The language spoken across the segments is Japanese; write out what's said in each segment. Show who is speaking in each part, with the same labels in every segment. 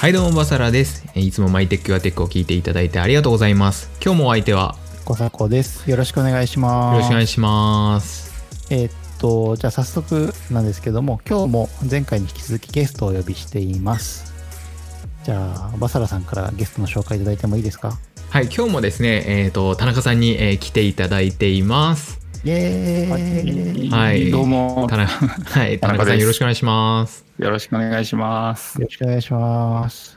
Speaker 1: はいどうもバサラですえーいつもマイテックはテックを聞いていただいてありがとうございます今日もお相手は
Speaker 2: 小坂です。よろしくお願いします。
Speaker 1: よろしくお願いします
Speaker 2: えーっと、じゃあ早速なんですけども、今日も前回に引き続きゲストをお呼びしています。じゃあ、バサラさんからゲストの紹介いただいてもいいですか
Speaker 1: はい今日もですねえっ、と田中さんに、えー来ていただいています
Speaker 2: イェーイ、
Speaker 1: はい
Speaker 3: どう も
Speaker 1: 田。中はい田
Speaker 3: 田
Speaker 1: 中さ
Speaker 3: 中で
Speaker 1: ん
Speaker 3: す
Speaker 1: よろしくお願いします
Speaker 3: よろしくお願いします。
Speaker 2: よろしくお願いします。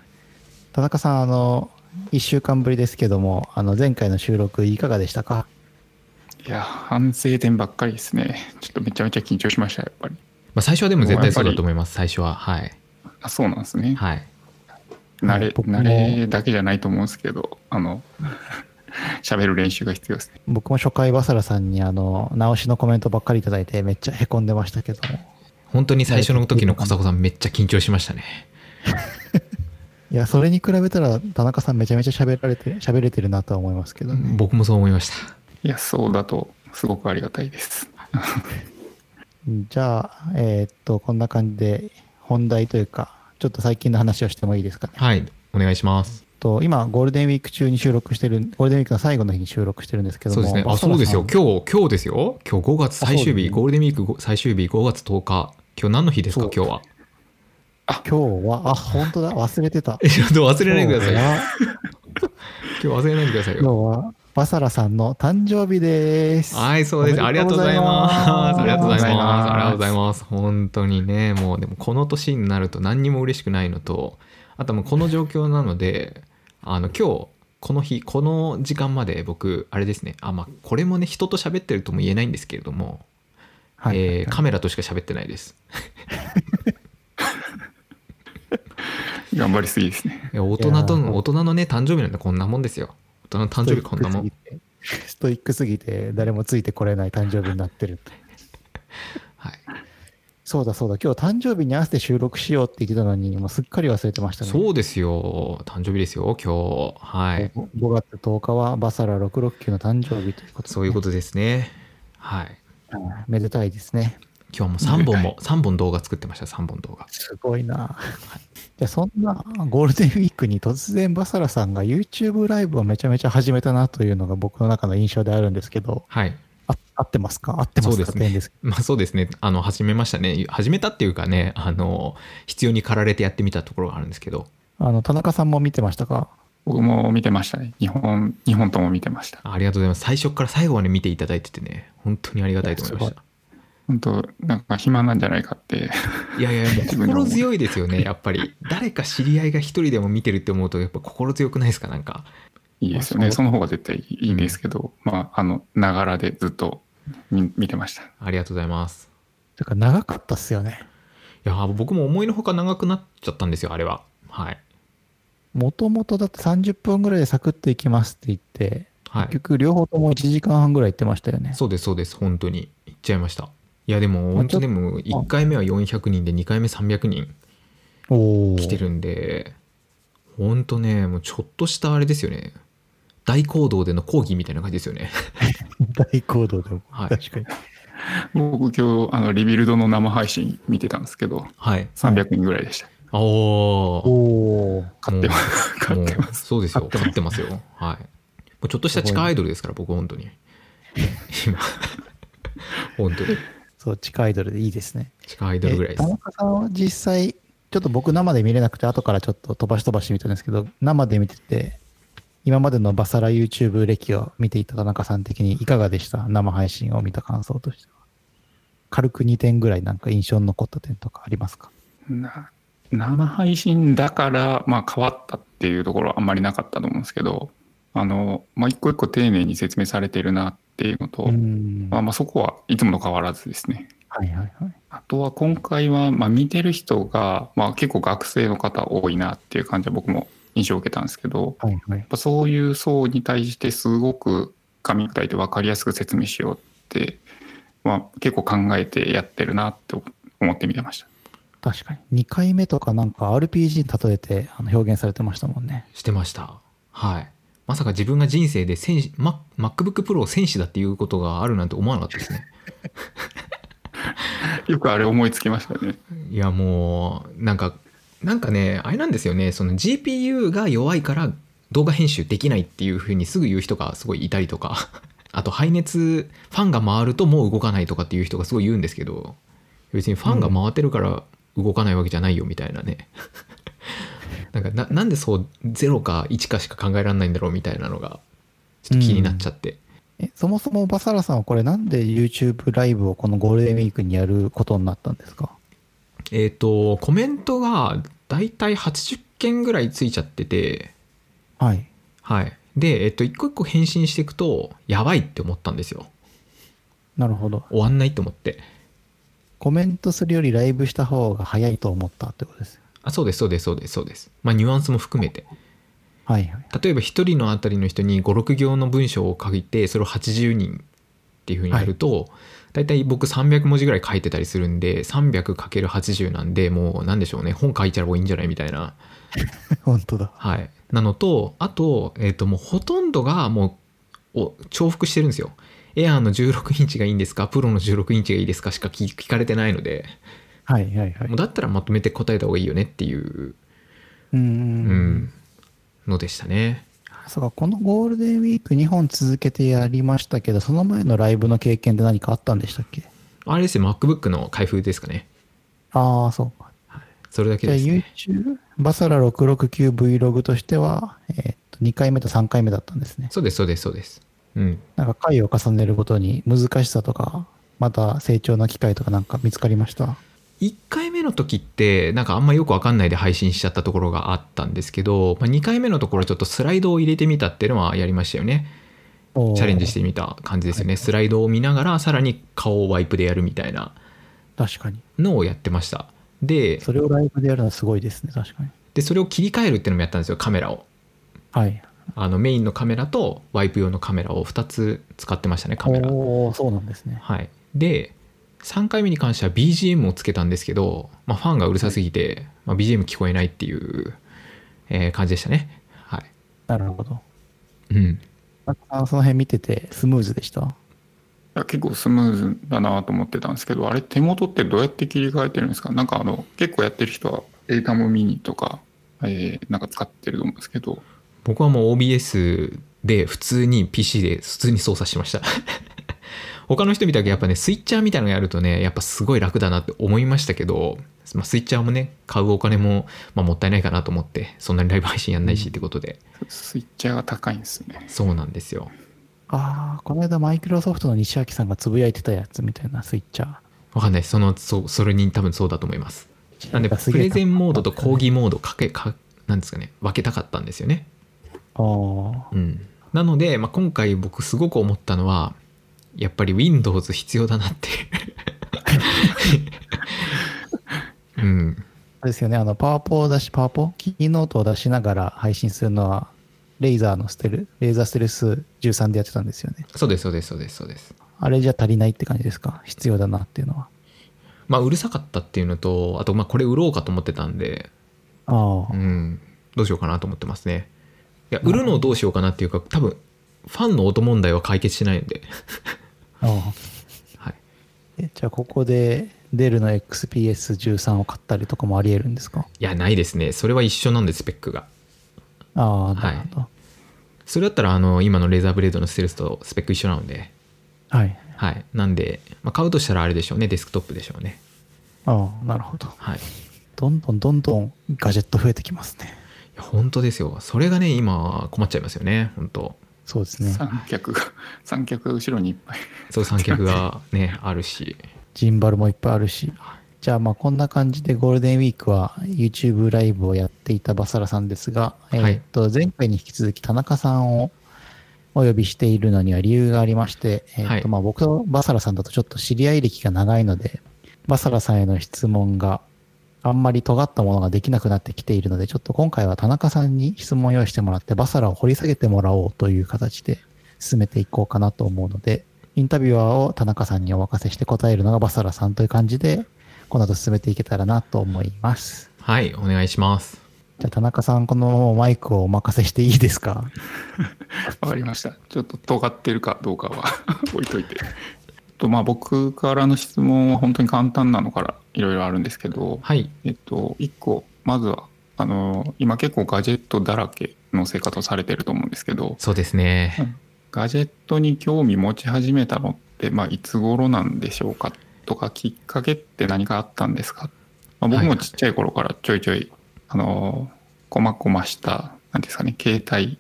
Speaker 2: 田中さん、あの、1週間ぶりですけども、あの、前回の収録いかがでしたか
Speaker 3: いや、反省点ばっかりですね。ちょっとめちゃめちゃ緊張しました、やっぱり。
Speaker 1: まあ最初はでも絶対そう
Speaker 3: もうやっぱ
Speaker 1: だ
Speaker 3: り
Speaker 1: と思います最初ははい
Speaker 3: あ、そうなんですね。
Speaker 1: はい
Speaker 3: 慣れ、
Speaker 2: 僕も
Speaker 3: 慣れだけじゃないと思うんですけど、あの、喋る練習が必要ですね。
Speaker 2: 僕も初回バサラさんに、あの、直しのコメントばっかりいただいて、めっちゃへこんでましたけども。
Speaker 1: 本当に最初の時の小迫さんめっちゃ緊張しましたね
Speaker 2: いや、それに比べたら、田中さんめちゃめちゃ喋られて、喋れてるなとは思いますけどね。
Speaker 1: 僕もそう思いました
Speaker 3: いや、そうだと、すごくありがたいです。
Speaker 2: じゃあ、えーっと、こんな感じで、本題というか、ちょっと最近の話をしてもいいですかね。
Speaker 1: はいお願いします
Speaker 2: と今、ゴールデンウィーク中に収録してる、ゴールデンウィークの最後の日に収録してるんですけど
Speaker 1: そう
Speaker 2: も。
Speaker 1: ですね。あ、
Speaker 2: バサ
Speaker 1: そ
Speaker 2: ラさ
Speaker 1: うんですよ。今日、今日ですよ。今日5月最終
Speaker 2: あそうだ
Speaker 1: 日、
Speaker 2: ね
Speaker 1: ゴールデンウィークご最終日、5月10日。今日何の日ですか
Speaker 2: そう、
Speaker 1: 今日は。。
Speaker 2: 今日は、あ、本当だ、忘れてた
Speaker 1: え、ちょっと忘れないでください。
Speaker 2: 今
Speaker 1: 今日忘れないでください
Speaker 2: 日
Speaker 1: よ。
Speaker 2: は、バサラさんの誕生日です。
Speaker 1: はい、そうです。
Speaker 2: お
Speaker 1: あり
Speaker 2: めで
Speaker 1: が
Speaker 2: と
Speaker 1: とうござ
Speaker 2: うござ
Speaker 1: い
Speaker 2: い
Speaker 1: ま。
Speaker 2: ますす
Speaker 1: ありがとうございます。あ
Speaker 3: あ
Speaker 1: り
Speaker 3: り
Speaker 1: が
Speaker 3: が
Speaker 1: とうご
Speaker 3: とうご
Speaker 1: ざ
Speaker 3: ざ
Speaker 1: い
Speaker 3: い
Speaker 1: ます。本当にね、もう、でもこの年になると何にも嬉しくないのと、あともうこの状況なので、あの、今日、この日、この時間まで僕、あれですね。あ、まあ、これもね、人と喋ってるとも言えないんですけれども、
Speaker 2: はい
Speaker 1: えーカメラとしか喋ってないです。
Speaker 3: 頑張りすぎですね。
Speaker 1: いや大人と
Speaker 2: いやー
Speaker 1: の大人のね誕生日なんてこんなもんですよ大人の誕生日こんなもん。
Speaker 2: ストイックすぎて、ストイックすぎて誰もついてこれない誕生日になってる。
Speaker 1: はい、
Speaker 2: そうだそうだ、今日誕生日に合わせて収録しようって言ってたのに、もうすっかり忘れてましたね。
Speaker 1: そうですよ誕生日ですよ今日はい
Speaker 2: 5月10日はバサラ669の誕生日ということで
Speaker 1: そういうことですねはい
Speaker 2: めでたいですね。
Speaker 1: 今日はもう3本も3本動画作ってました3本動画
Speaker 2: すごいな。じゃあそんなゴールデンウィークに突然バサラさんが YouTube ライブをめちゃめちゃ始めたなというのが僕の中の印象であるんですけど、
Speaker 1: はい
Speaker 2: あ合ってますか合ってま
Speaker 1: そう
Speaker 2: す
Speaker 1: で
Speaker 2: か
Speaker 1: す
Speaker 2: って言うん
Speaker 1: ね
Speaker 2: ですけ
Speaker 1: まあそうですねあの始めましたね始めたっていうかねあの必要に駆られてやってみたところがあるんですけど
Speaker 2: どあの田中さんも見てましたか
Speaker 3: 僕も見てましたね。日本、日本とも見てました。
Speaker 1: ありがとうございます最初から最後まで見ていただいててね本当にありがたいと思いました
Speaker 3: 本当なんか暇なんじゃないかって。
Speaker 1: いやいや、もう
Speaker 3: 自分で思
Speaker 1: 心
Speaker 3: う
Speaker 1: 強いです よね、やっぱり。誰か知り合いが一人でも見てるって思うと、やっぱ心強くないですか、なんか。
Speaker 3: いいですよね。
Speaker 2: あそ
Speaker 3: その方が絶対いいんですけど、まあ、あの、ながらでずっと見見てました。
Speaker 1: ありがとうございます。
Speaker 2: てか長かったっすよね。
Speaker 1: いや、僕も思いのほか長くなっちゃったんですよ、あれは。はい。
Speaker 2: もともとだって30分ぐらいでサクッといきますって言って、
Speaker 1: は
Speaker 2: 結
Speaker 1: い。
Speaker 2: 局両方とも1時間半ぐらい行ってましたよね。
Speaker 1: そうです、そうです、本当に。行っちゃいました。いや、でも、
Speaker 2: まあ
Speaker 1: 本
Speaker 2: ち
Speaker 1: 当
Speaker 2: ょっ
Speaker 1: でも、1回目は400人で、2回目300人
Speaker 2: おー
Speaker 1: 来てるんで、本当ね、もうちょっとしたあれですよね。大行動での講義みたいな感じですよ ね。
Speaker 2: 大行動でも、
Speaker 1: はい
Speaker 2: 確かに。
Speaker 3: 僕今日あのリビルドの生配信見てたんですけど
Speaker 1: はい。
Speaker 3: 300人ぐらいでした、
Speaker 1: おー。
Speaker 2: おお。
Speaker 3: 買ってます 買ってます
Speaker 1: もうそうですよ勝ってますよはいもうちょっとした地下アイドルですから僕本当に今 本当に
Speaker 2: そう、地下アイドルでいいですね。
Speaker 1: 地下アイドルぐらい
Speaker 2: え
Speaker 1: で
Speaker 2: 田
Speaker 1: す
Speaker 2: 中さんは実際、ちょっと僕生で見れなくて、後からちょっと飛ばし飛ばし見たんですけど、生で見てて、今までのバサラ YouTube 歴を見ていた田中さん的にいかがでした生配信を見た感想としては。軽く2点ぐらいなんか印象に残った点とかありますか
Speaker 3: な生配信だから、まあ、変わったっていうところはあんまりなかったと思うんですけどあの、まあ、一個一個丁寧に説明されてるなっていうのと、
Speaker 2: ん
Speaker 3: まあ、
Speaker 2: はい
Speaker 3: まあそこはいつもの変わらずですね
Speaker 2: はいはい。
Speaker 3: あとは今回は、まあ、見てる人が、まあ、結構学生の方多いなっていう感じは僕も印象を受けたんですけど、
Speaker 2: はいはい
Speaker 3: やっ。ぱそういう層に対してすごく紙みたいで分かりやすく説明しようって、まあ、結構考えてやってるなって思って見てました。
Speaker 2: 確かに。2回目とかなんか RPG に例えてあの表現されてましたもんね。
Speaker 1: してましたはいまさか自分が人生で戦士、マ MacBook Pro を戦士だっていうことがあるなんて思わなかったですね
Speaker 3: よくあれ思いつきましたね。
Speaker 1: いやもうなんかなんかねあれなんですよねその GPU が弱いから動画編集できないっていうふうにすぐ言う人がすごいいたりとか あと排熱ファンが回るともう動かないとかっていう人がすごい言うんですけど別にファンが回ってるから動かないわけじゃないよみたいなね なんかななんでそう0か1かしか考えられないんだろうみたいなのがちょっと気になっちゃって、
Speaker 2: えそもそもバサラさんはこれなんで YouTube ライブをこのゴールデンウィークにやることになったんですか
Speaker 1: えっ、とコメントがだいたい80件ぐらいついちゃってて
Speaker 2: はい。
Speaker 1: はいでえっ、と一個一個返信していくとやばいって思ったんですよ
Speaker 2: なるほど。
Speaker 1: 終わんないって思って
Speaker 2: コメントするよりライブした方が早いと思ったってことです。
Speaker 1: あそうですそうですそうですそうですまあニュアンスも含めて
Speaker 2: はいはい。
Speaker 1: 例えば1人のあたりの人に56行の文章を書いてそれを80人っていうふうにやると、だいたい僕300文字ぐらい書いてたりするんで 300×80 なんでもう何でしょうね本書いちゃえばいいんじゃないみたいな
Speaker 2: 本当だ。
Speaker 1: はい、なのとあと,、えー、ともうほとんどがもうお重複してるんですよ。エアーの16インチがいいんですかプロの16インチがいいですかしか聞聞かれてないので、
Speaker 2: はいはいはい
Speaker 1: もう。だったらまとめて答えた方がいいよねっていう、
Speaker 2: う。
Speaker 1: うんん、のでしたね。
Speaker 2: そうか、このゴールデンウィーク2本続けてやりましたけど、その前のライブの経験で何かあったんでしたっけ
Speaker 1: あれですね MacBook の開封ですかね。
Speaker 2: ああ、そうか。
Speaker 1: それだけ
Speaker 2: じゃあ
Speaker 1: ですね。
Speaker 2: YouTube、バサラ 669Vlog としては、えーっと、2回目と3回目だったんですね。
Speaker 1: そうですそうですそうです。うん、
Speaker 2: なんか回を重ねるごとに難しさとか、また成長の機会とかなんか見つかりました。
Speaker 1: 1回目の時ってなんかあんまよくわかんないで配信しちゃったところがあったんですけど、まあ、2回目のところちょっとスライドを入れてみたっていうのはやりましたよね。チャレンジしててみた感じですよね、スライドを見ながらさらに顔をワイプでやるみたいな
Speaker 2: 確かに。
Speaker 1: のをやってましたで
Speaker 2: それをライブでやるのはすごいですね、確かに。
Speaker 1: でそれを切り替えるっていうのもやったんですよカメラを
Speaker 2: はい。
Speaker 1: あのメインのカメラとワイプ用のカメラを2つ使ってましたねカメラ
Speaker 2: おおそうなんですね。
Speaker 1: はいで3回目に関しては BGM をつけたんですけど、まあ、ファンがうるさすぎて、まあ、BGM 聞こえないっていう、えー感じでしたねは
Speaker 2: なるほど。
Speaker 1: いうん
Speaker 2: なんかその辺見ててスムーズでした
Speaker 3: いや結構スムーズだなと思ってたんですけど、あれ手元ってどうやって切り替えてるんですかなんかあの、結構やってる人は a タムミニとか、えーなんか使ってると思うんですけど、
Speaker 1: 僕はもう OBS で普通に PC で普通に操作してました 他の人見たけどやっぱねスイッチャーみたいなのやるとねやっぱすごい楽だなって思いましたけど、まあ、スイッチャーもね買うお金も、まあ、もったいないかなと思ってそんなにライブ配信やんないしってことで、
Speaker 3: スイッチャーが高いんですね。
Speaker 1: そうなんですよ
Speaker 2: ああ、この間マイクロソフトの西脇さんがつぶやいてたやつみたいなスイッチャー。
Speaker 1: わかんないそのそそれに多分そうだと思いますなんで
Speaker 2: やっぱす
Speaker 1: プ
Speaker 2: げえ
Speaker 1: レゼンモードと講義モードかけかなんですかね分けたかったんですよね
Speaker 2: ああ、
Speaker 1: うん、なので、まあ、今回僕すごく思ったのはやっぱり Windows 必要だなって うん
Speaker 2: そうですよね。あの、パワポを出し、パワポキーノートを出しながら配信するのは、レイザーのステル、レイザーステルス13でやってたんですよね。
Speaker 1: そうですそうですそうですそうです
Speaker 2: あれじゃ足りないって感じですか必要だなっていうのは。
Speaker 1: まあうるさかったっていうのとあとまあこれ売ろうかと思ってたんで
Speaker 2: あ
Speaker 1: う
Speaker 2: あ、
Speaker 1: んどうしようかなと思ってますねいや売るのをどうしようかなっていうか多分ファンの音問題は解決しないんで、
Speaker 2: ああ。
Speaker 1: はい、
Speaker 2: えじゃあ、ここで、デルの XPS13 を買ったりとかもあり得るんですか
Speaker 1: いやないですねそれは一緒なんでスペックが
Speaker 2: ああ、なるほど。
Speaker 1: それだったらあの今のレーザーブレードのステルスとスペック一緒なので
Speaker 2: はい。
Speaker 1: はい。なんで、まあ、買うとしたらあれでしょうね、デスクトップでしょうね。
Speaker 2: ああ、なるほど。
Speaker 1: はい。い
Speaker 2: どんどんどんどんガジェット増えてきますね。
Speaker 1: や、本当ですよ。それがね、今、困っちゃいますよね、本当
Speaker 2: そうですね。
Speaker 3: 三脚が、三脚が後ろにいっぱい。
Speaker 1: そういう三脚がね、あるし。
Speaker 2: ジンバルもいっぱいあるし。じゃあまあこんな感じでゴールデンウィークは YouTube ライブをやっていたバサラさんですが、
Speaker 1: い
Speaker 2: えーっと前回に引き続き田中さんをお呼びしているのには理由がありまして、えーっ
Speaker 1: はい
Speaker 2: とまあ僕とバサラさんだとちょっと知り合い歴が長いので、バサラさんへの質問があんまり尖ったものができなくなってきているので、ちょっと今回は田中さんに質問を用意してもらって、バサラを掘り下げてもらおうという形で進めていこうかなと思うので、インタビュアーを田中さんにお任せして答えるのがバサラさんという感じで、この後進めていけたらなと思います。
Speaker 1: はい、お願いします。
Speaker 2: じゃあ田中さん、このままマイクをお任せしていいですか
Speaker 3: わかりました。ちょっと尖ってるかどうかは 置いといて。とまあ僕からの質問は本当に簡単なのからいろいろあるんですけど、
Speaker 1: はい。
Speaker 3: えっと、1個まずは、あの、今結構ガジェットだらけの生活をされてると思うんですけど、
Speaker 1: そうですね、
Speaker 3: ガジェットに興味持ち始めたのって、まあ、いつ頃なんでしょうかとか、きっかけって何かあったんですか、まあ、僕
Speaker 1: はい
Speaker 3: もちっちゃい頃からちょいちょい、あのー、こまこました、なんていうんですかね、携帯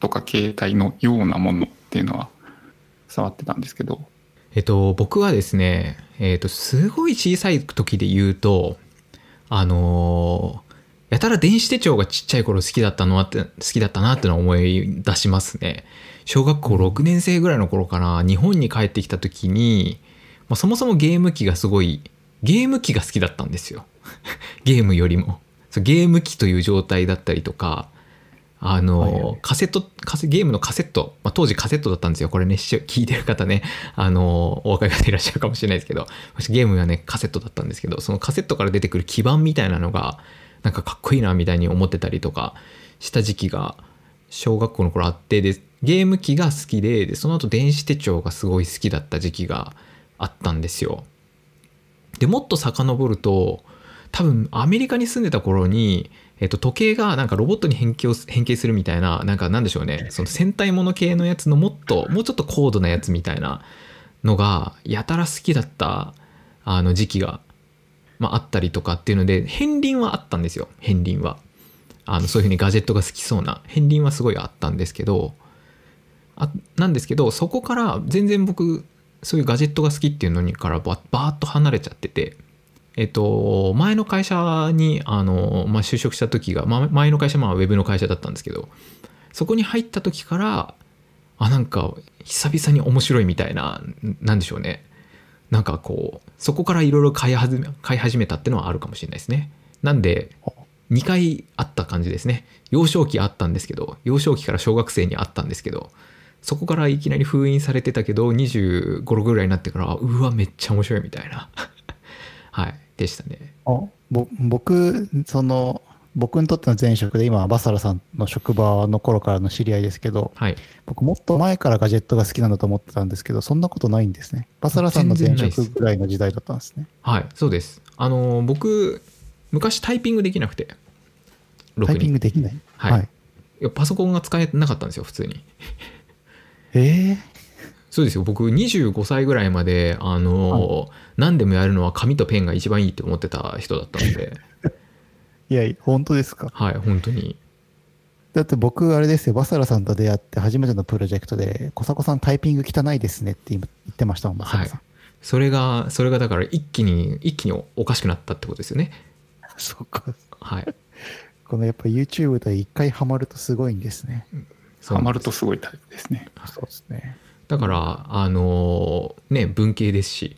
Speaker 3: とか携帯のようなものっていうのは触ってたんですけど、
Speaker 1: えっと、僕はですね、えっと、すごい小さい時で言うと、あのーやたら電子手帳がちっちゃい頃好きだったのはって、好きだったなってのを思い出しますね。小学校6年生ぐらいの頃かな、日本に帰ってきた時に、まあ、そもそもゲーム機がすごい、ゲーム機が好きだったんですよ。 ゲームよりも。そうゲーム機という状態だったりとか、あのー
Speaker 2: はいはい
Speaker 1: カセットカセ、ゲームのカセット、まあ、当時カセットだったんですよ。これね、視聴聞いてる方ね、あのお若い方いらっしゃるかもしれないですけど私ゲームはねカセットだったんですけどそのカセットから出てくる基板みたいなのがなんかかっこいいなみたいに思ってたりとかした時期が小学校の頃あってでゲーム機が好きででその後電子手帳がすごい好きだった時期があったんですよ。でもっと遡ると多分アメリカに住んでた頃に、えっと、時計がなんかロボットに変形を変形するみたいななんかなんでしょうねその戦隊もの系のやつのもっともうちょっと高度なやつみたいなのがやたら好きだったあの時期が、まあ、あったりとかっていうので片鱗はあったんですよ片鱗はあのそういうふうにガジェットが好きそうな片鱗はすごいあったんですけどあなんですけどそこから全然僕そういうガジェットが好きっていうのにからばバーッと離れちゃっててえっと、前の会社にあの、まあ、就職した時が、まあ、前の会社まあウェブの会社だったんですけどそこに入った時からあなんか久々に面白いみたいななんでしょうねなんかこうそこからいろいろ買い始め買い始めたってのはあるかもしれないですねなんで2回あった感じですね幼少期あったんですけど幼少期から小学生にあったんですけどそこからいきなり封印されてたけど25 6ぐらいになってからうわめっちゃ面白いみたいな はいでしたね
Speaker 2: あぼ僕、その、僕にとっての前職で、今はバサラさんの職場の頃からの知り合いですけど、
Speaker 1: はい
Speaker 2: 僕もっと前からガジェットが好きなんだと思ってたんですけど、そんなことないんですね。バサラさんの前職ぐらいの時代だったんですね。
Speaker 1: はいそうですあのー僕昔タイピングできなくてろく
Speaker 2: タイ
Speaker 1: に
Speaker 2: ピングできない
Speaker 1: はいいやパソコンが使えなかったんですよ普通に
Speaker 2: え
Speaker 1: そうですよ僕25歳ぐらいまであのー何でもやるのは紙とペンが一番いいって思ってた人だったの で
Speaker 2: ー、いや、本当ですか。
Speaker 1: はい本当に
Speaker 2: だって僕、あれですよ、バサラさんと出会って初めてのプロジェクトで、コサコさんタイピング汚いですねって言ってましたもん、バサラさん。
Speaker 1: それがそれがだから一気に一気におかしくなったってことですよね
Speaker 2: そうか。
Speaker 1: はい
Speaker 2: このやっぱ YouTube で一回ハマるとすごいんですね。
Speaker 1: そう
Speaker 3: ハマるとすごいタイプですね。
Speaker 2: そうですね。
Speaker 1: だからあのーね文系ですし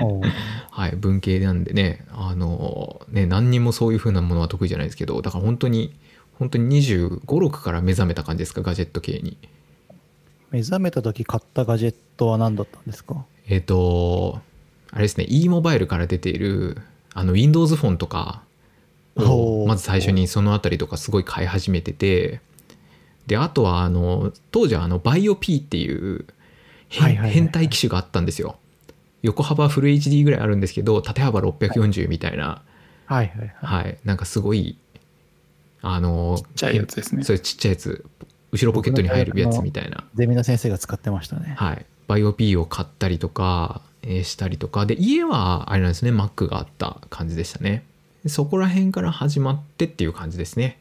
Speaker 2: おー
Speaker 1: はい、文系なんでね、あのね、何人もそういう風なものは得意じゃないですけど、だから本当に、本当に25、6から目覚めた感じですか、ガジェット系に。
Speaker 2: 目覚めた時買ったガジェットは何だったんですか
Speaker 1: えっ、と、あれですね、e モバイルから出ている、あの、Windows フォンとかを、
Speaker 2: おー
Speaker 1: まず最初にそのあたりとかすごい買い始めてて、で、あとは、あの、当時は、あの、バイオ P っていう、変
Speaker 2: はいはいはいはい
Speaker 1: 変態機種があったんですよ。横幅フル HD ぐらいあるんですけど、縦幅640みたいな、
Speaker 2: はいはいはい。
Speaker 1: はい、なんかすごい、あの、ちっ
Speaker 3: ちっちゃいやつですね
Speaker 1: そういうちっちゃいやつ、後ろポケットに入るやつみたいな、
Speaker 2: ゼミの先生が使ってましたね。
Speaker 1: はい、バイオ P を買ったりとか、えーしたりとか、で、家はあれなんですね、Mac があった感じでしたね。でそこら辺から始まってっていう感じですね。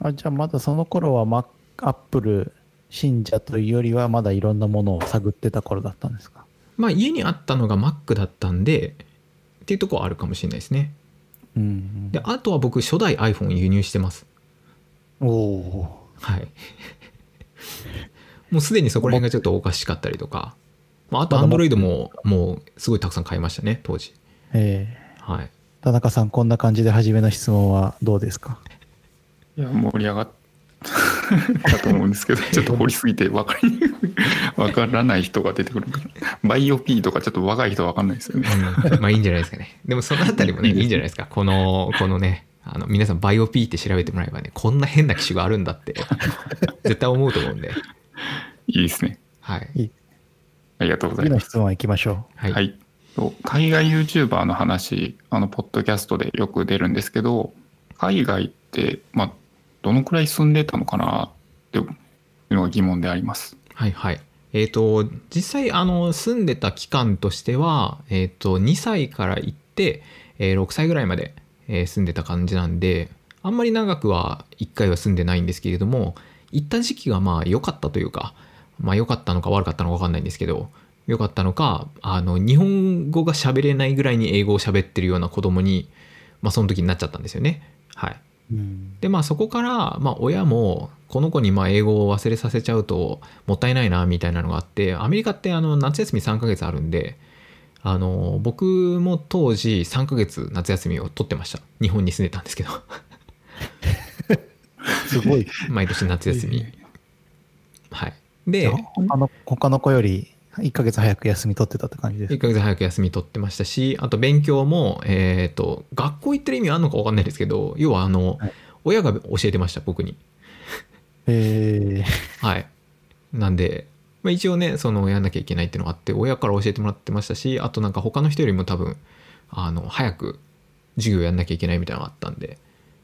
Speaker 2: あじゃあまだその頃は Mac、Apple 信者というよりはまだいろんなものを探ってた頃だったんですか
Speaker 1: まあ、家にあったのが Mac だったんで、っていうとこはあるかもしれないですね。
Speaker 2: うんうん。
Speaker 1: で、あとは僕、初代 iPhone 輸入してます。
Speaker 2: おお
Speaker 1: はい。 もうすでにそこら辺がちょっとおかしかったりとか、まあ、あと
Speaker 2: まだ持
Speaker 1: Android ももうすごいたくさん買いましたね、当時。
Speaker 2: ー。ええ
Speaker 1: はい。
Speaker 2: 田中さん、こんな感じで初めの質問はどうですか
Speaker 3: いや、盛り上がった と思うんですけ ど、ちょっと掘りすぎて分かりにくい、 分からない人が出てくるから。バイオ P とかちょっと若い人は分かんないですよね。
Speaker 1: うんまあいいんじゃないですかね。 でもそのあたりもね、いいんじゃないですか。この、このね、あの皆さん、バイオ P って調べてもらえばね、こんな変な機種があるんだって、絶対思うと思うんで。
Speaker 3: いいですね。
Speaker 1: はい。
Speaker 2: いい
Speaker 3: ありがとうござ
Speaker 2: 次
Speaker 3: い
Speaker 2: の
Speaker 3: ます。
Speaker 2: 質問行きましょう。
Speaker 1: はい。
Speaker 3: はい。と海外 YouTuber の話、あの、ポッドキャストでよく出るんですけど、海外って、まあ、どのくらい住んでたのかなっていうのが疑問であります。
Speaker 1: はいはい。えっ、と、実際、あの、住んでた期間としては、えっ、と、2歳から行って、えー6歳ぐらいまで、えー住んでた感じなんで、あんまり長くは1回は住んでないんですけれども、行った時期がまあ良かったというか、まあ良かったのか悪かったのか分かんないんですけど、良かったのか、あの、日本語が喋れないぐらいに英語を喋ってるような子供に、まあその時になっちゃったんですよね。はい。
Speaker 2: うん。
Speaker 1: でまあそこから、まあ、親もこの子にまあ英語を忘れさせちゃうともったいないなみたいなのがあってアメリカってあの夏休み3ヶ月あるんであの僕も当時3ヶ月夏休みを取ってました日本に住んでたんですけど
Speaker 2: すごい。
Speaker 1: 毎年夏休みはいで
Speaker 2: 他の他の子より1ヶ月早く休み取ってたって感じです
Speaker 1: 1。ヶ月早く休み取ってましたしあと勉強も、えー、と学校行ってる意味あんのか分かんないですけど要はあの、
Speaker 2: はい
Speaker 1: 親が教えてました僕に
Speaker 2: え
Speaker 1: はい。なんで、まあ、一応ね、そのやんなきゃいけないっていうのがあって、親から教えてもらってましたし、あとなんか他の人よりも多分、あの、早く授業やんなきゃいけないみたいなのがあったんで、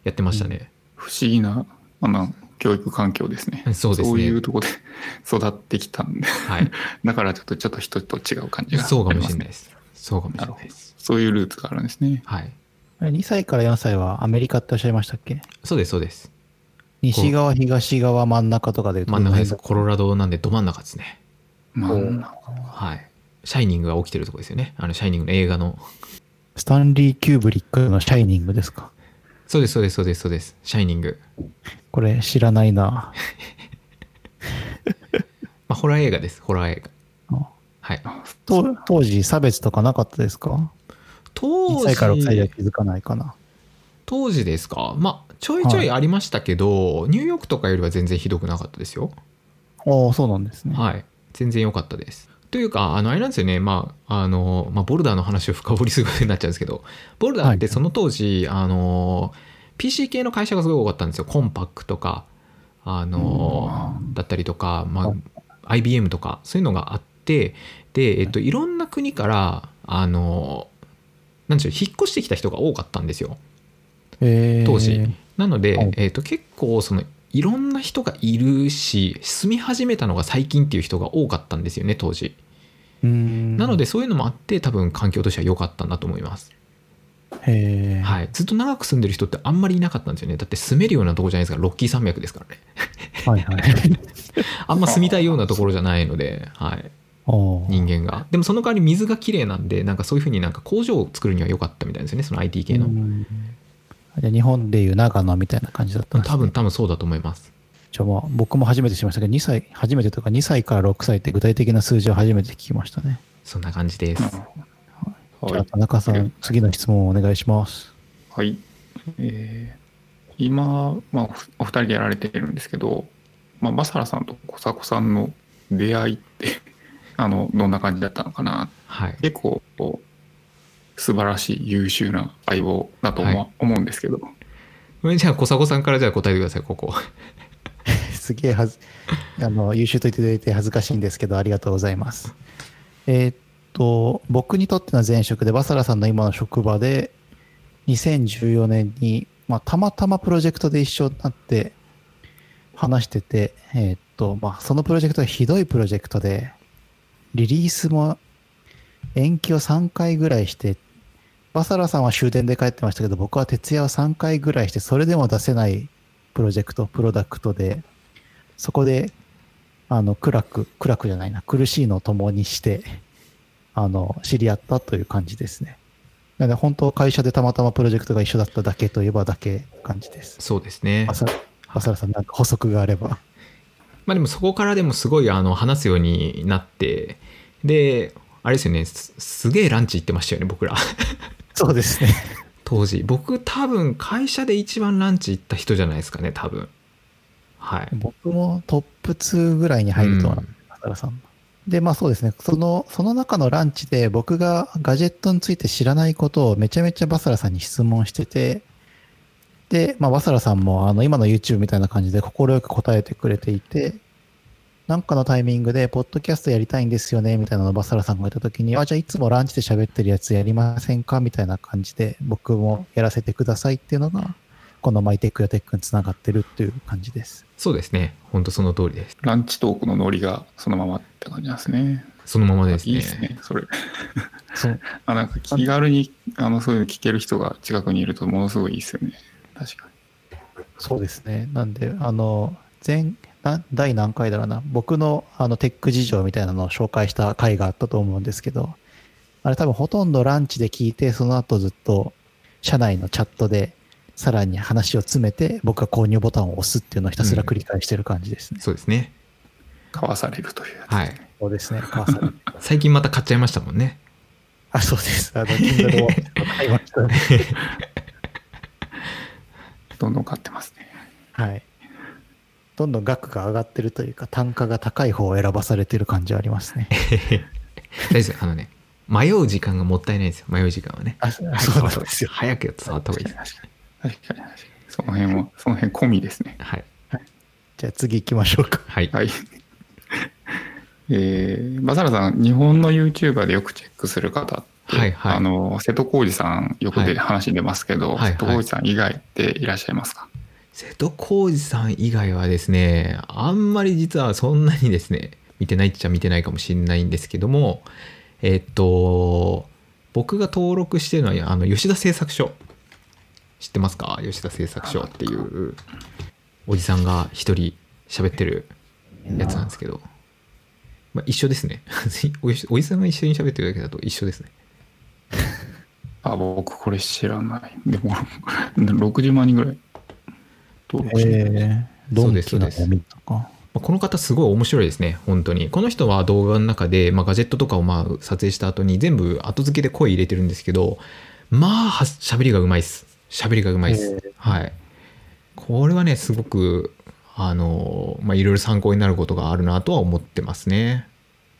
Speaker 1: やってましたね。
Speaker 3: 不思議な、あの、教育環境ですね。
Speaker 1: そうですね。
Speaker 3: いうとこで 育ってきたんで、
Speaker 1: はい。
Speaker 3: だからちょっとちょっと人と違う感じがあります、ね。
Speaker 1: そうかもしれないです。そうかもしれないです。
Speaker 3: そういうルーツがあるんですね。
Speaker 1: はい。
Speaker 2: ー、2歳から4歳はアメリカっておっしゃいましたっけ
Speaker 1: そうです、そうです。
Speaker 2: 西側、東側、真ん中とかで言うと
Speaker 1: 真ん中です。コロラドなんでど真ん中ですね。
Speaker 3: ま
Speaker 2: お
Speaker 3: あ、
Speaker 1: はい。シャイニングが起きてるとこですよね。あの、シャイニングの映画の。
Speaker 2: スタンリー・キューブリックのシャイニングですか。
Speaker 1: そうです、そうです、そうです、そうです。シャイニング。
Speaker 2: これ知らな いな。
Speaker 1: まあ、ホラー映画です、ホラー映画
Speaker 2: あ。
Speaker 1: はい。
Speaker 2: と当時差別とかなかったですか
Speaker 1: 当
Speaker 2: ?1 歳から6歳では気づかないかな。
Speaker 1: 当時ですかまあちょいちょいありましたけど、ニューヨークとかよりは全然ひどくなかったですよ
Speaker 2: ああ、そうなんですね。
Speaker 1: はい全然良かったですというかあのあれなんですよねまああの、まあ、ボルダーの話を深掘りすることになっちゃうんですけどボルダーって
Speaker 2: はい
Speaker 1: その当時、あの PC 系の会社がすごい多かったんですよコンパックとかあのだったりとか、ま
Speaker 2: はい
Speaker 1: あ、IBM とかそういうのがあってで、えっと、いろんな国からあのなんでしょう引っ越してきた人が多かったんですよ
Speaker 2: えー
Speaker 1: 当時、なので
Speaker 2: はい、
Speaker 1: えー、と結構そのいろんな人がいるし住み始めたのが最近っていう人が多かったんですよね当時
Speaker 2: うーん
Speaker 1: なので、そういうのもあって多分環境としては良かったんだと思います、
Speaker 2: えー
Speaker 1: はい、ずっと長く住んでる人ってあんまりいなかったんですよねだって住めるようなとこじゃないですからロッキー山脈ですからね
Speaker 2: はい はい。
Speaker 1: あんま住みたいようなところじゃないので、はい、
Speaker 2: おー
Speaker 1: 人間がでもその代わり水がきれいなんでなんかそういうふうになんか工場を作るには良かったみたいですよねその IT 系の、
Speaker 2: うんじゃあ日本でいう長野みたいな感じだったんですね
Speaker 1: 多分多分そうだと思います
Speaker 2: じゃあまあ僕も初めてしましたけど、2歳、初めてというか2歳から6歳って具体的な数字を初めて聞きましたね。
Speaker 1: そんな感じです、
Speaker 3: はい
Speaker 2: じゃあ田中さん、次の質問をお願いします。
Speaker 3: はい。えー今、まあ、おお二人でやられてるんですけど、まあ、マサラさんとコサコさんの出会いって あのどんな感じだったのかな
Speaker 1: はい
Speaker 3: 結構こう素晴らしい優秀な相棒だと思,、
Speaker 1: は
Speaker 3: 思うんですけど
Speaker 1: これじゃあ小迫さんからじゃあ答えてくださいここ
Speaker 2: すげえはず、あの、優秀と言っていただいて恥ずかしいんですけど、ありがとうございます。えーっと、僕にとっての前職で、バサラさんの今の職場で、2014年に、まあ、たまたまプロジェクトで一緒になって話してて、えーっと、まあ、そのプロジェクトがひどいプロジェクトで、リリースも延期を3回ぐらいして、バサラさんは終電で帰ってましたけど、僕は徹夜を3回ぐらいして、それでも出せないプロジェクト、プロダクトで、そこで、あの、苦楽、苦楽じゃないな、苦しいのを共にして、あの、知り合ったという感じですね。なので、本当、会社でたまたまプロジェクトが一緒だっただけといえばだけ感じです。
Speaker 1: そうですね
Speaker 2: あさあさらさん、なんか補足があれば。
Speaker 1: まあでもそこからでもすごいあの話すようになってであれですよねすすげえランチ行ってましたよね僕ら
Speaker 2: そうですね。
Speaker 1: 当時僕多分会社で一番ランチ行った人じゃないですかね多分はい
Speaker 2: 僕もトップ2ぐらいに入ると思う
Speaker 1: うん
Speaker 2: あさらさんの。で、まあそうですね。その、その中のランチで僕がガジェットについて知らないことをめちゃめちゃバサラさんに質問してて、で、まあバサラさんもあの今の YouTube みたいな感じで快く答えてくれていて、なんかのタイミングで、ポッドキャストやりたいんですよね、みたいなのをバサラさんが言ったときに、あ、じゃあいつもランチで喋ってるやつやりませんかみたいな感じで、僕もやらせてくださいっていうのが、このマイテックやテックにつながってるっていう感じです。
Speaker 1: そうですね本当その通りです
Speaker 3: ランチトークのノリがそのままって感じなんですね。
Speaker 1: そのままですね
Speaker 3: いいですね、それ。
Speaker 2: そう
Speaker 3: あなんか気軽にあのそういうの聞ける人が近くにいるとものすごいいいですよね。確かに。
Speaker 2: そうですね。なんで、あの、前、な第何回だろうな、僕のあのテック事情みたいなのを紹介した回があったと思うんですけど、あれ多分ほとんどランチで聞いて、その後ずっと社内のチャットで、さらに話を詰めて、僕が購入ボタンを押すっていうのをひたすら繰り返してる感じですね。
Speaker 1: そうですね
Speaker 3: かわされるというやつ。
Speaker 1: はい
Speaker 2: そうですね、母さん。
Speaker 1: 最近また買っちゃいましたもんね
Speaker 2: あ、そうです。あの、Kindle を買いました、
Speaker 3: どんどん買ってますね。
Speaker 2: はい。どんどん額が上がってるというか、単価が高い方を選ばされてる感じはあります ね。
Speaker 1: 大丈夫ですあのね迷う時間がもったいないですよ迷う時間はね
Speaker 2: あ、 そうなんですよ。
Speaker 1: 早くやつ触った方がいいです
Speaker 3: 確かに。確かに。確かにその辺は、その辺込みですね。
Speaker 1: はい
Speaker 2: じゃあ次行きましょうか。
Speaker 1: はい、
Speaker 3: はい。えー、バサラさん、日本の YouTuber でよくチェックする方って、
Speaker 1: はいはい
Speaker 3: あの、瀬戸康史さん、よく
Speaker 1: は
Speaker 3: で
Speaker 1: い
Speaker 3: 話に出ますけど、
Speaker 1: はいはい
Speaker 3: 瀬戸康史さん以外っていらっしゃいますか
Speaker 1: 瀬戸康史さん以外はですねあんまり実はそんなにですね見てないっちゃ見てないかもしれないんですけどもえっと僕が登録してるのはあの吉田製作所知ってますか吉田製作所っていうおじさんが一人喋ってるやつなんですけど、まあ、一緒ですね おじおじさんが一緒に喋ってるだけだと一緒ですね
Speaker 3: あ、僕これ知らない。でも、60万人ぐらい登録してる。
Speaker 2: ド
Speaker 1: そう
Speaker 2: ン
Speaker 1: です
Speaker 2: キのゴミとか。
Speaker 1: まあこの方すごい面白いですね本当にこの人は動画の中で、まあ、ガジェットとかをまあ撮影した後に全部後付けで声入れてるんですけどまあはしゃべりがうまいっすしゃべりがうまいっす、はいこれはねすごくあのまあいろいろ参考になることがあるなとは思ってますね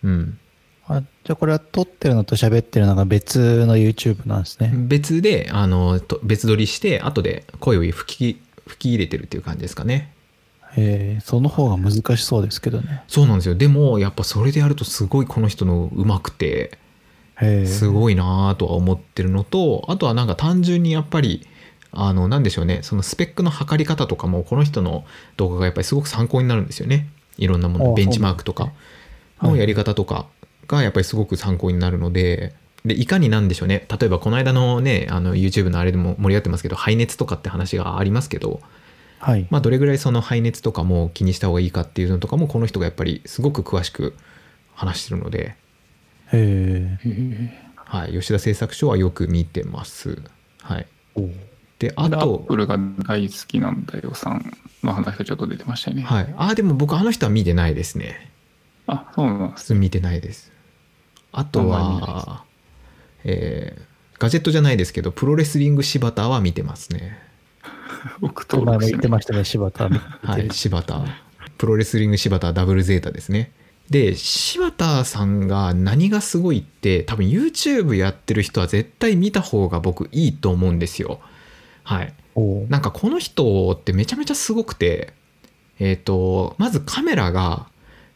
Speaker 1: うん
Speaker 2: あじゃあこれは撮ってるのと喋ってるのが別の YouTube なんですね。
Speaker 1: 別であのと別撮りして後で声を吹き吹き入れてるっていう感じですかね
Speaker 2: えーその方が難しそうですけどね。
Speaker 1: そうなんですよでもやっぱそれでやるとすごいこの人のうまくて
Speaker 2: えー
Speaker 1: すごいなとは思ってるのとあとはなんか単純にやっぱりあのなんでしょうねそのスペックの測り方とかもこの人の動画がやっぱりすごく参考になるんですよねいろんなも
Speaker 2: ああ
Speaker 1: のベンチマークとか
Speaker 2: はい
Speaker 1: のやり方とかがやっぱりすごく参考になるので。でいかになんでしょうね例えばこの間のねあの YouTube のあれでも盛り上がってますけど排熱とかって話がありますけど、
Speaker 2: はい。
Speaker 1: まあ、どれぐらいその排熱とかも気にした方がいいかっていうのとかもこの人がやっぱりすごく詳しく話してるので
Speaker 2: え
Speaker 3: へ
Speaker 1: はい、吉田製作所はよく見てます。はい、
Speaker 2: ー
Speaker 1: で
Speaker 3: ー
Speaker 1: あ
Speaker 3: でアッ
Speaker 1: と
Speaker 3: プ、ルが大好きなんだよさんの話がちょっと出てましたよね。
Speaker 1: はい、あでも僕あの人は見てないですね。
Speaker 3: あ、そうなんです。
Speaker 1: 見てないです。あと
Speaker 3: あんまり見ないで
Speaker 1: は、えーガジェットじゃないですけどプロレスリング柴田は見てますね。
Speaker 3: 僕
Speaker 2: お前
Speaker 3: 登
Speaker 2: も
Speaker 3: 録し
Speaker 2: 言っ
Speaker 3: て
Speaker 2: て
Speaker 3: ない
Speaker 2: ましたね、柴田。
Speaker 1: は
Speaker 2: 見
Speaker 1: い、
Speaker 2: てる
Speaker 1: 柴田プロレスリング柴田ダブルゼータですねで柴田さんが何がすごいって多分 YouTube やってる人は絶対見た方が僕いいと思うんですよはい
Speaker 2: おう
Speaker 1: なんかこの人ってめちゃめちゃすごくて、えっ、と、まずカメラが、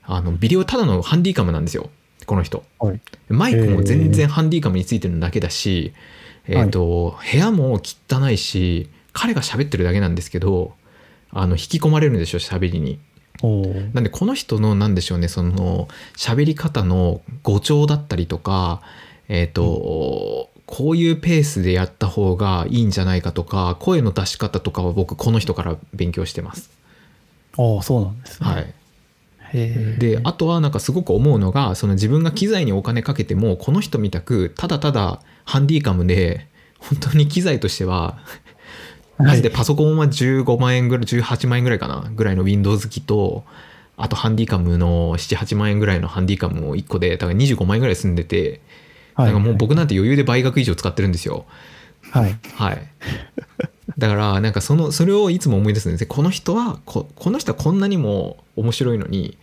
Speaker 1: あの、ビデオただのハンディカムなんですよ。この人。
Speaker 2: はい
Speaker 1: マイクも全然ハンディカムについてるだけだし、
Speaker 2: へ
Speaker 1: え
Speaker 2: ー
Speaker 1: っ、と、部屋も汚いし、彼が喋ってるだけなんですけど、あの、引き込まれるんでしょ、喋りに。
Speaker 2: おう
Speaker 1: なんでこの人のなんでしょうねその喋り方の語調だったりとかえっ、と、こういうペースでやった方がいいんじゃないかとか声の出し方とかは僕この人から勉強してます。
Speaker 2: おうそうなんですね。
Speaker 1: はい、
Speaker 2: へー
Speaker 1: であとはなんかすごく思うのがその自分が機材にお金かけてもこの人みたくただただハンディカムで本当に機材としてはマジでパソコンは15万円ぐらい18万円ぐらいかなぐらいの Windows 機とあとハンディカムの78万円ぐらいのハンディカムを1個でだから25万円ぐらい住んでて、
Speaker 2: は
Speaker 1: だ
Speaker 2: い
Speaker 1: からもう僕なんて余裕で倍額以上使ってるんですよ
Speaker 2: はい。
Speaker 1: はいだからなんかそのそれをいつも思い出すんですねこの人はここの人はこんなにも面白いのに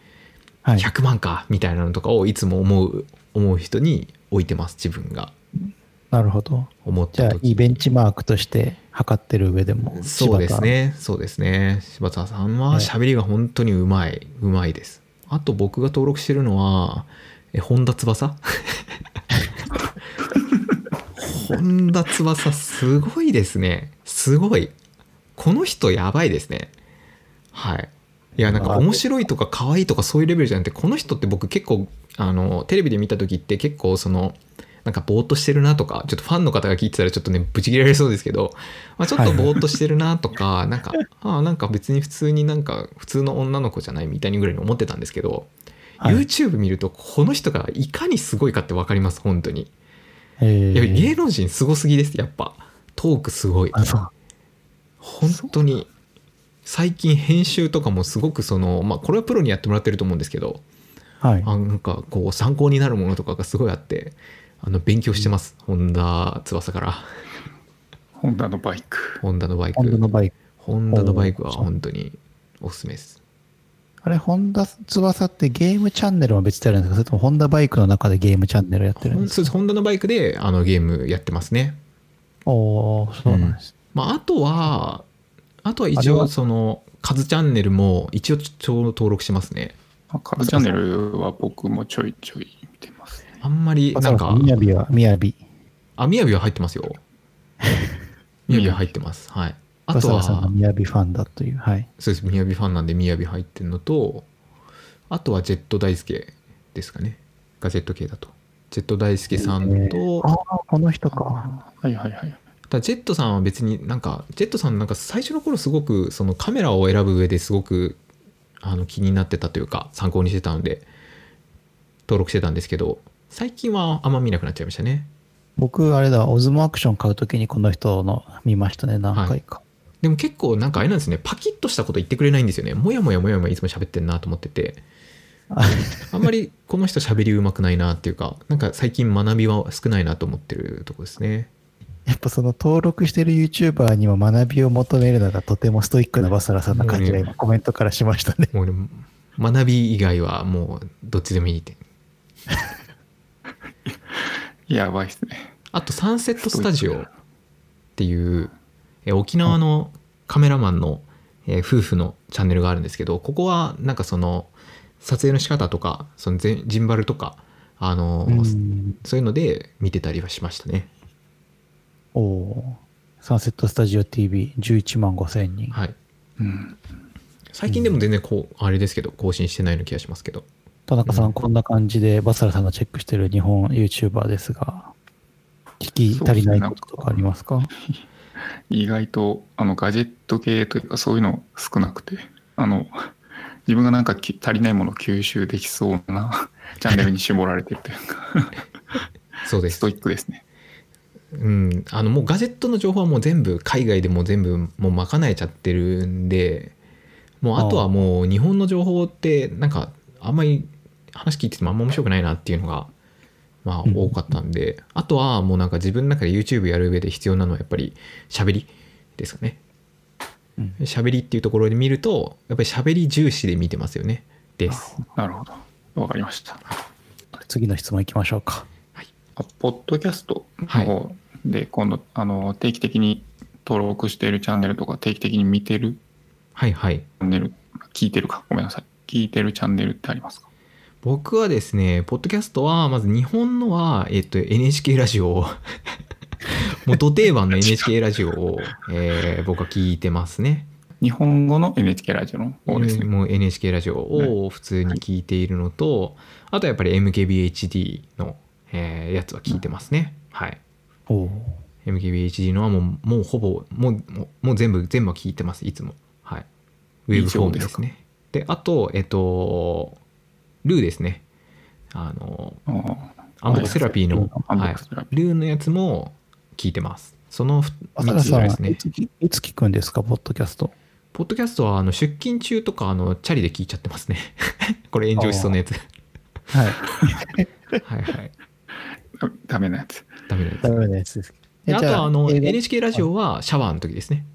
Speaker 2: はい。
Speaker 1: 100万かみたいなのとかをいつも思う思う人に置いてます自分が
Speaker 2: なるほど。
Speaker 1: 思っ
Speaker 2: じ
Speaker 1: た
Speaker 2: ゃあ、
Speaker 1: 時
Speaker 2: いいベンチマークとして測ってる上でも。
Speaker 1: そうですねそうですね柴田さんは
Speaker 2: はい
Speaker 1: 喋りが本当にうまいうまいですあと僕が登録してるのは、え、本田翼 本田翼すごいですね。すごい。この人やばいですね。はい。いや、なんか面白いとか可愛いとかそういうレベルじゃなくて、この人って僕結構、あの、テレビで見た時って結構その、なんかぼーっとしてるなとか、ちょっとファンの方が聞いてたらちょっとね、ブチ切れられそうですけど、まあ、ちょっとぼーっとしてるなとか、 なんか、ああ、なんか別に普通になんか普通の女の子じゃないみたいにぐらいに思ってたんですけど、
Speaker 2: はい
Speaker 1: YouTube 見るとこの人がいかにすごいかって分かります、本当に。
Speaker 2: え
Speaker 1: いや芸能人すごすぎです、やっぱ。トークすごい。
Speaker 2: あ、そう。
Speaker 1: 本当に最近編集とかもすごくそのまあこれはプロにやってもらってると思うんですけど
Speaker 2: はい。
Speaker 1: あなんかこう参考になるものとかがすごいあってあの勉強してます本田翼から
Speaker 3: ホンダのバイク。
Speaker 1: 本田のバイ
Speaker 2: ホンダ
Speaker 1: ク
Speaker 2: のバイク。
Speaker 1: 本田のバイクは本当におすすめです
Speaker 2: あれ、ホンダ翼ってゲームチャンネルは別でやるんですかそれともホンダバイクの中でゲームチャンネルやってるん
Speaker 1: ほん
Speaker 2: です
Speaker 1: そうです本田のバイクであのゲームやってますね
Speaker 2: かおおそうなんです。
Speaker 1: まああとはあとは
Speaker 2: あ
Speaker 1: 一
Speaker 2: れ
Speaker 1: 応
Speaker 2: は
Speaker 1: そのカズチャンネルも一応ちょ登録してますね
Speaker 3: あカルチャンネルは僕もちょいちょい見てますね。
Speaker 1: あんまり
Speaker 2: あ
Speaker 1: なんか
Speaker 2: そうみやびは、みやび。
Speaker 1: あ、みやびは入ってます よ。みやびは入ってます。はい。あと
Speaker 2: バサラさんが
Speaker 1: は、
Speaker 2: みやびファンだという。はい。
Speaker 1: そうです。みやびファンなんでみやび入ってるのと、あとはジェット大輔ですかね。ガジェット系だと。ジェット大輔さん
Speaker 2: え
Speaker 1: と、
Speaker 2: ーああ、この人か。
Speaker 3: はいはいはい。
Speaker 1: ただジェットさんは別になんか、ジェットさんなんか最初の頃すごくそのカメラを選ぶ上ですごくあの気になってたというか、参考にしてたので、登録してたんですけど、最近はあんま見なくなっちゃいましたね。
Speaker 2: 僕、あれだ、オズモアクション買うときにこの人の見ましたね、何回か。
Speaker 1: でも結構なんかあれなんですねパキッとしたこと言ってくれないんですよねもやもやもやもやいつも喋ってんなと思ってて
Speaker 2: あ
Speaker 1: あんまりこの人喋りうまくないなっていうかなんか最近学びは少ないなと思ってるとこですね
Speaker 2: やっぱその登録してる YouTuber にも学びを求めるのがとてもストイックなバサラさんな感じが今コメントからしましたね。
Speaker 1: もうね学び以外はもうどっちでもいいって
Speaker 3: やばいっすね。
Speaker 1: あとサンセットスタジオっていうえ沖縄のカメラマンのえー夫婦のチャンネルがあるんですけどここはなんかその撮影の仕方とかその全ジンバルとかあの
Speaker 2: うん
Speaker 1: そういうので見てたりはしましたね
Speaker 2: おおーサンセットスタジオ TV11 万5千人。
Speaker 1: はい
Speaker 3: うん。
Speaker 1: 最近でも全然こう、あれですけど更新してないような気がしますけど
Speaker 2: 田中さ
Speaker 1: うん
Speaker 2: ん、こんな感じでバサラさんがチェックしてる日本 YouTuber ですが、聞き足りないこととかありますか
Speaker 3: 意外と、あの、ガジェット系というか、そういうの少なくて、あの、自分がなんかき足りないものを吸収できそうな チャンネルに絞られてるというか、
Speaker 1: そうで
Speaker 3: ス
Speaker 1: す
Speaker 3: トイックですね。
Speaker 1: うんあのもうガジェットの情報はもう全部海外でもう全部もう賄えちゃってるんでもう
Speaker 2: あ
Speaker 1: あ
Speaker 2: あ
Speaker 1: とはもう日本の情報ってなんかあんまり話聞いててもあんま面白くないなっていうのがまあ
Speaker 2: うん
Speaker 1: 多かったんで、あとはもうなんか自分の中で YouTube やる上で必要なのはやっぱり喋りですかね
Speaker 2: うん
Speaker 1: 喋りっていうところで見るとやっぱり喋り重視で見てますよねです
Speaker 3: なるほど。わかりました。
Speaker 2: 次の質問いきましょうか。
Speaker 3: あポッドキャストの方で、今度、あの、定期的に登録しているチャンネルとか、定期的に見てるチ
Speaker 1: はいはい
Speaker 3: ャンネル、聞いてるか、ごめんなさい。聞いてるチャンネルってありますか
Speaker 1: 僕はですね、ポッドキャストは、まず日本のは、えっと、NHK ラジオを もう、ど定番の NHK ラジオを、えー僕は聞いてますね。
Speaker 3: 日本語の NHK ラジオの方ですね。
Speaker 1: もう NHK ラジオを普通に聞いているのと、あとやっぱり MKBHD の、えーやつは聞いてますね。はい。
Speaker 2: おお
Speaker 1: MKBHD のはもう、もうほぼ、もう、もうもう全部、全部は聞いてます、いつも。はい。ウェブフォームですね。で、あと、えっと、ルーですね。あの、
Speaker 3: あ
Speaker 1: アンボックスセラピーの、
Speaker 3: あ、
Speaker 1: はい、ルーのやつも聞いてます。その
Speaker 2: バサ
Speaker 1: 3
Speaker 2: ラ
Speaker 1: つぐ
Speaker 2: さ
Speaker 1: ら
Speaker 2: ん、
Speaker 1: いです
Speaker 2: い
Speaker 1: ね。
Speaker 2: つ聞いつ聞くんですか、ポッドキャスト。
Speaker 1: ポッドキャストはあの出勤中とかあのチャリで聞いちゃってますね。 これ炎上しそうなやつ。
Speaker 2: はい。
Speaker 1: はいはい。
Speaker 3: ダメなやつ。
Speaker 1: ダメなや
Speaker 2: ダ
Speaker 1: つ。
Speaker 2: メなやつです。
Speaker 1: であとはあの
Speaker 2: えー
Speaker 1: NHK ラジオはシャワーの時ですね。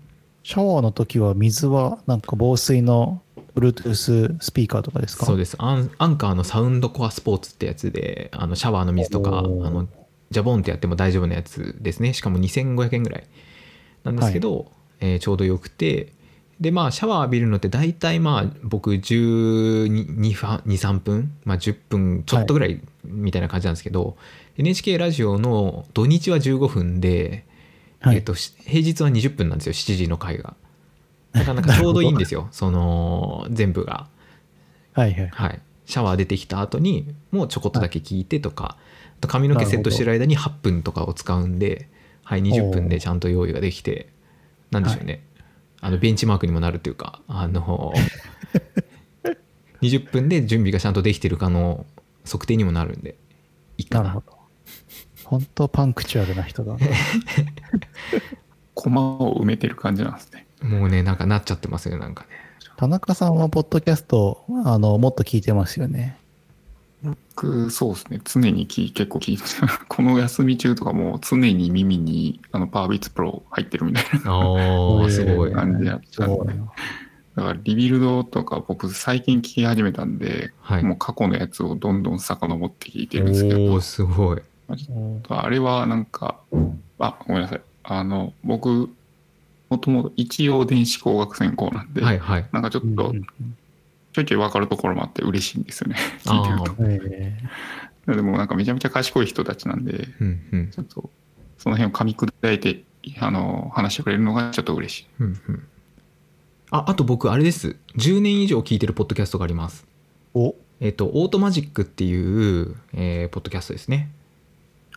Speaker 2: シャワーの時は水はなんか防水の Bluetooth スピーカーとかですか
Speaker 1: そうです。アンアンカーのサウンドコアスポーツってやつで、あのシャワーの水とか、あ
Speaker 2: おー
Speaker 1: のジャボンってやっても大丈夫なやつですね。しかも2500円ぐらいなんですけど、えーちょうどよくて、でまあシャワー浴びるのって大体まあ僕1223分、まあ、10分ちょっとぐらいみたいな感じなんですけど、NHK ラジオの土日は15分で、
Speaker 2: はい
Speaker 1: えっと、し平日は20分なんですよ7時の回が。な かなかちょうどいいんですよその全部が。
Speaker 2: はいはい。
Speaker 1: はい、シャワー出てきた後にもうちょこっとだけ聞いてとか、あと髪の毛セットしてる間に8分とかを使うんで、はい、20分でちゃんと用意ができてなんでしょうね、あのベンチマークにもなるというかあの 20分で準備がちゃんとできてるかの測定にもなるんでいいか
Speaker 2: な
Speaker 1: な
Speaker 2: るほど。本当パンクチュアルな人だな。
Speaker 3: コマを埋めてる感じなんですね。
Speaker 1: もうねなんかなっちゃってますねなんかね
Speaker 2: 田中さんはポッドキャスト、あの、もっと聞いてますよね。
Speaker 3: 僕、そうですね。常に聞い結構聞いてこの休み中とかもう常に耳にあのパワービーツプロ入ってるみたい
Speaker 1: ああすごい、
Speaker 3: えー感じやったんでな。だからリビルドとか僕最近聞き始めたんで、
Speaker 1: はい
Speaker 3: もう過去のやつをどんどん遡って聞いてるんですけど、
Speaker 1: おおすごい
Speaker 2: うん
Speaker 3: あれはなんか、あ、ごめんなさい。あの、僕、もともと一応電子工学専攻なんで、
Speaker 1: はいはい
Speaker 3: なんかちょっとちょいちょい分かるところもあって嬉しいんですよね。聞いてる
Speaker 1: ああ
Speaker 2: うんえ
Speaker 3: と。でもなんかめちゃめちゃ賢い人たちなんで、
Speaker 1: うんうん
Speaker 3: ちょっとその辺を噛み砕いて、あの、話してくれるのがちょっと嬉しい。
Speaker 1: うんうんああと僕あれです10年以上聞いてるポッドキャストがあります
Speaker 2: ーお
Speaker 1: えっとオートマジックっていう、えーポッドキャストですね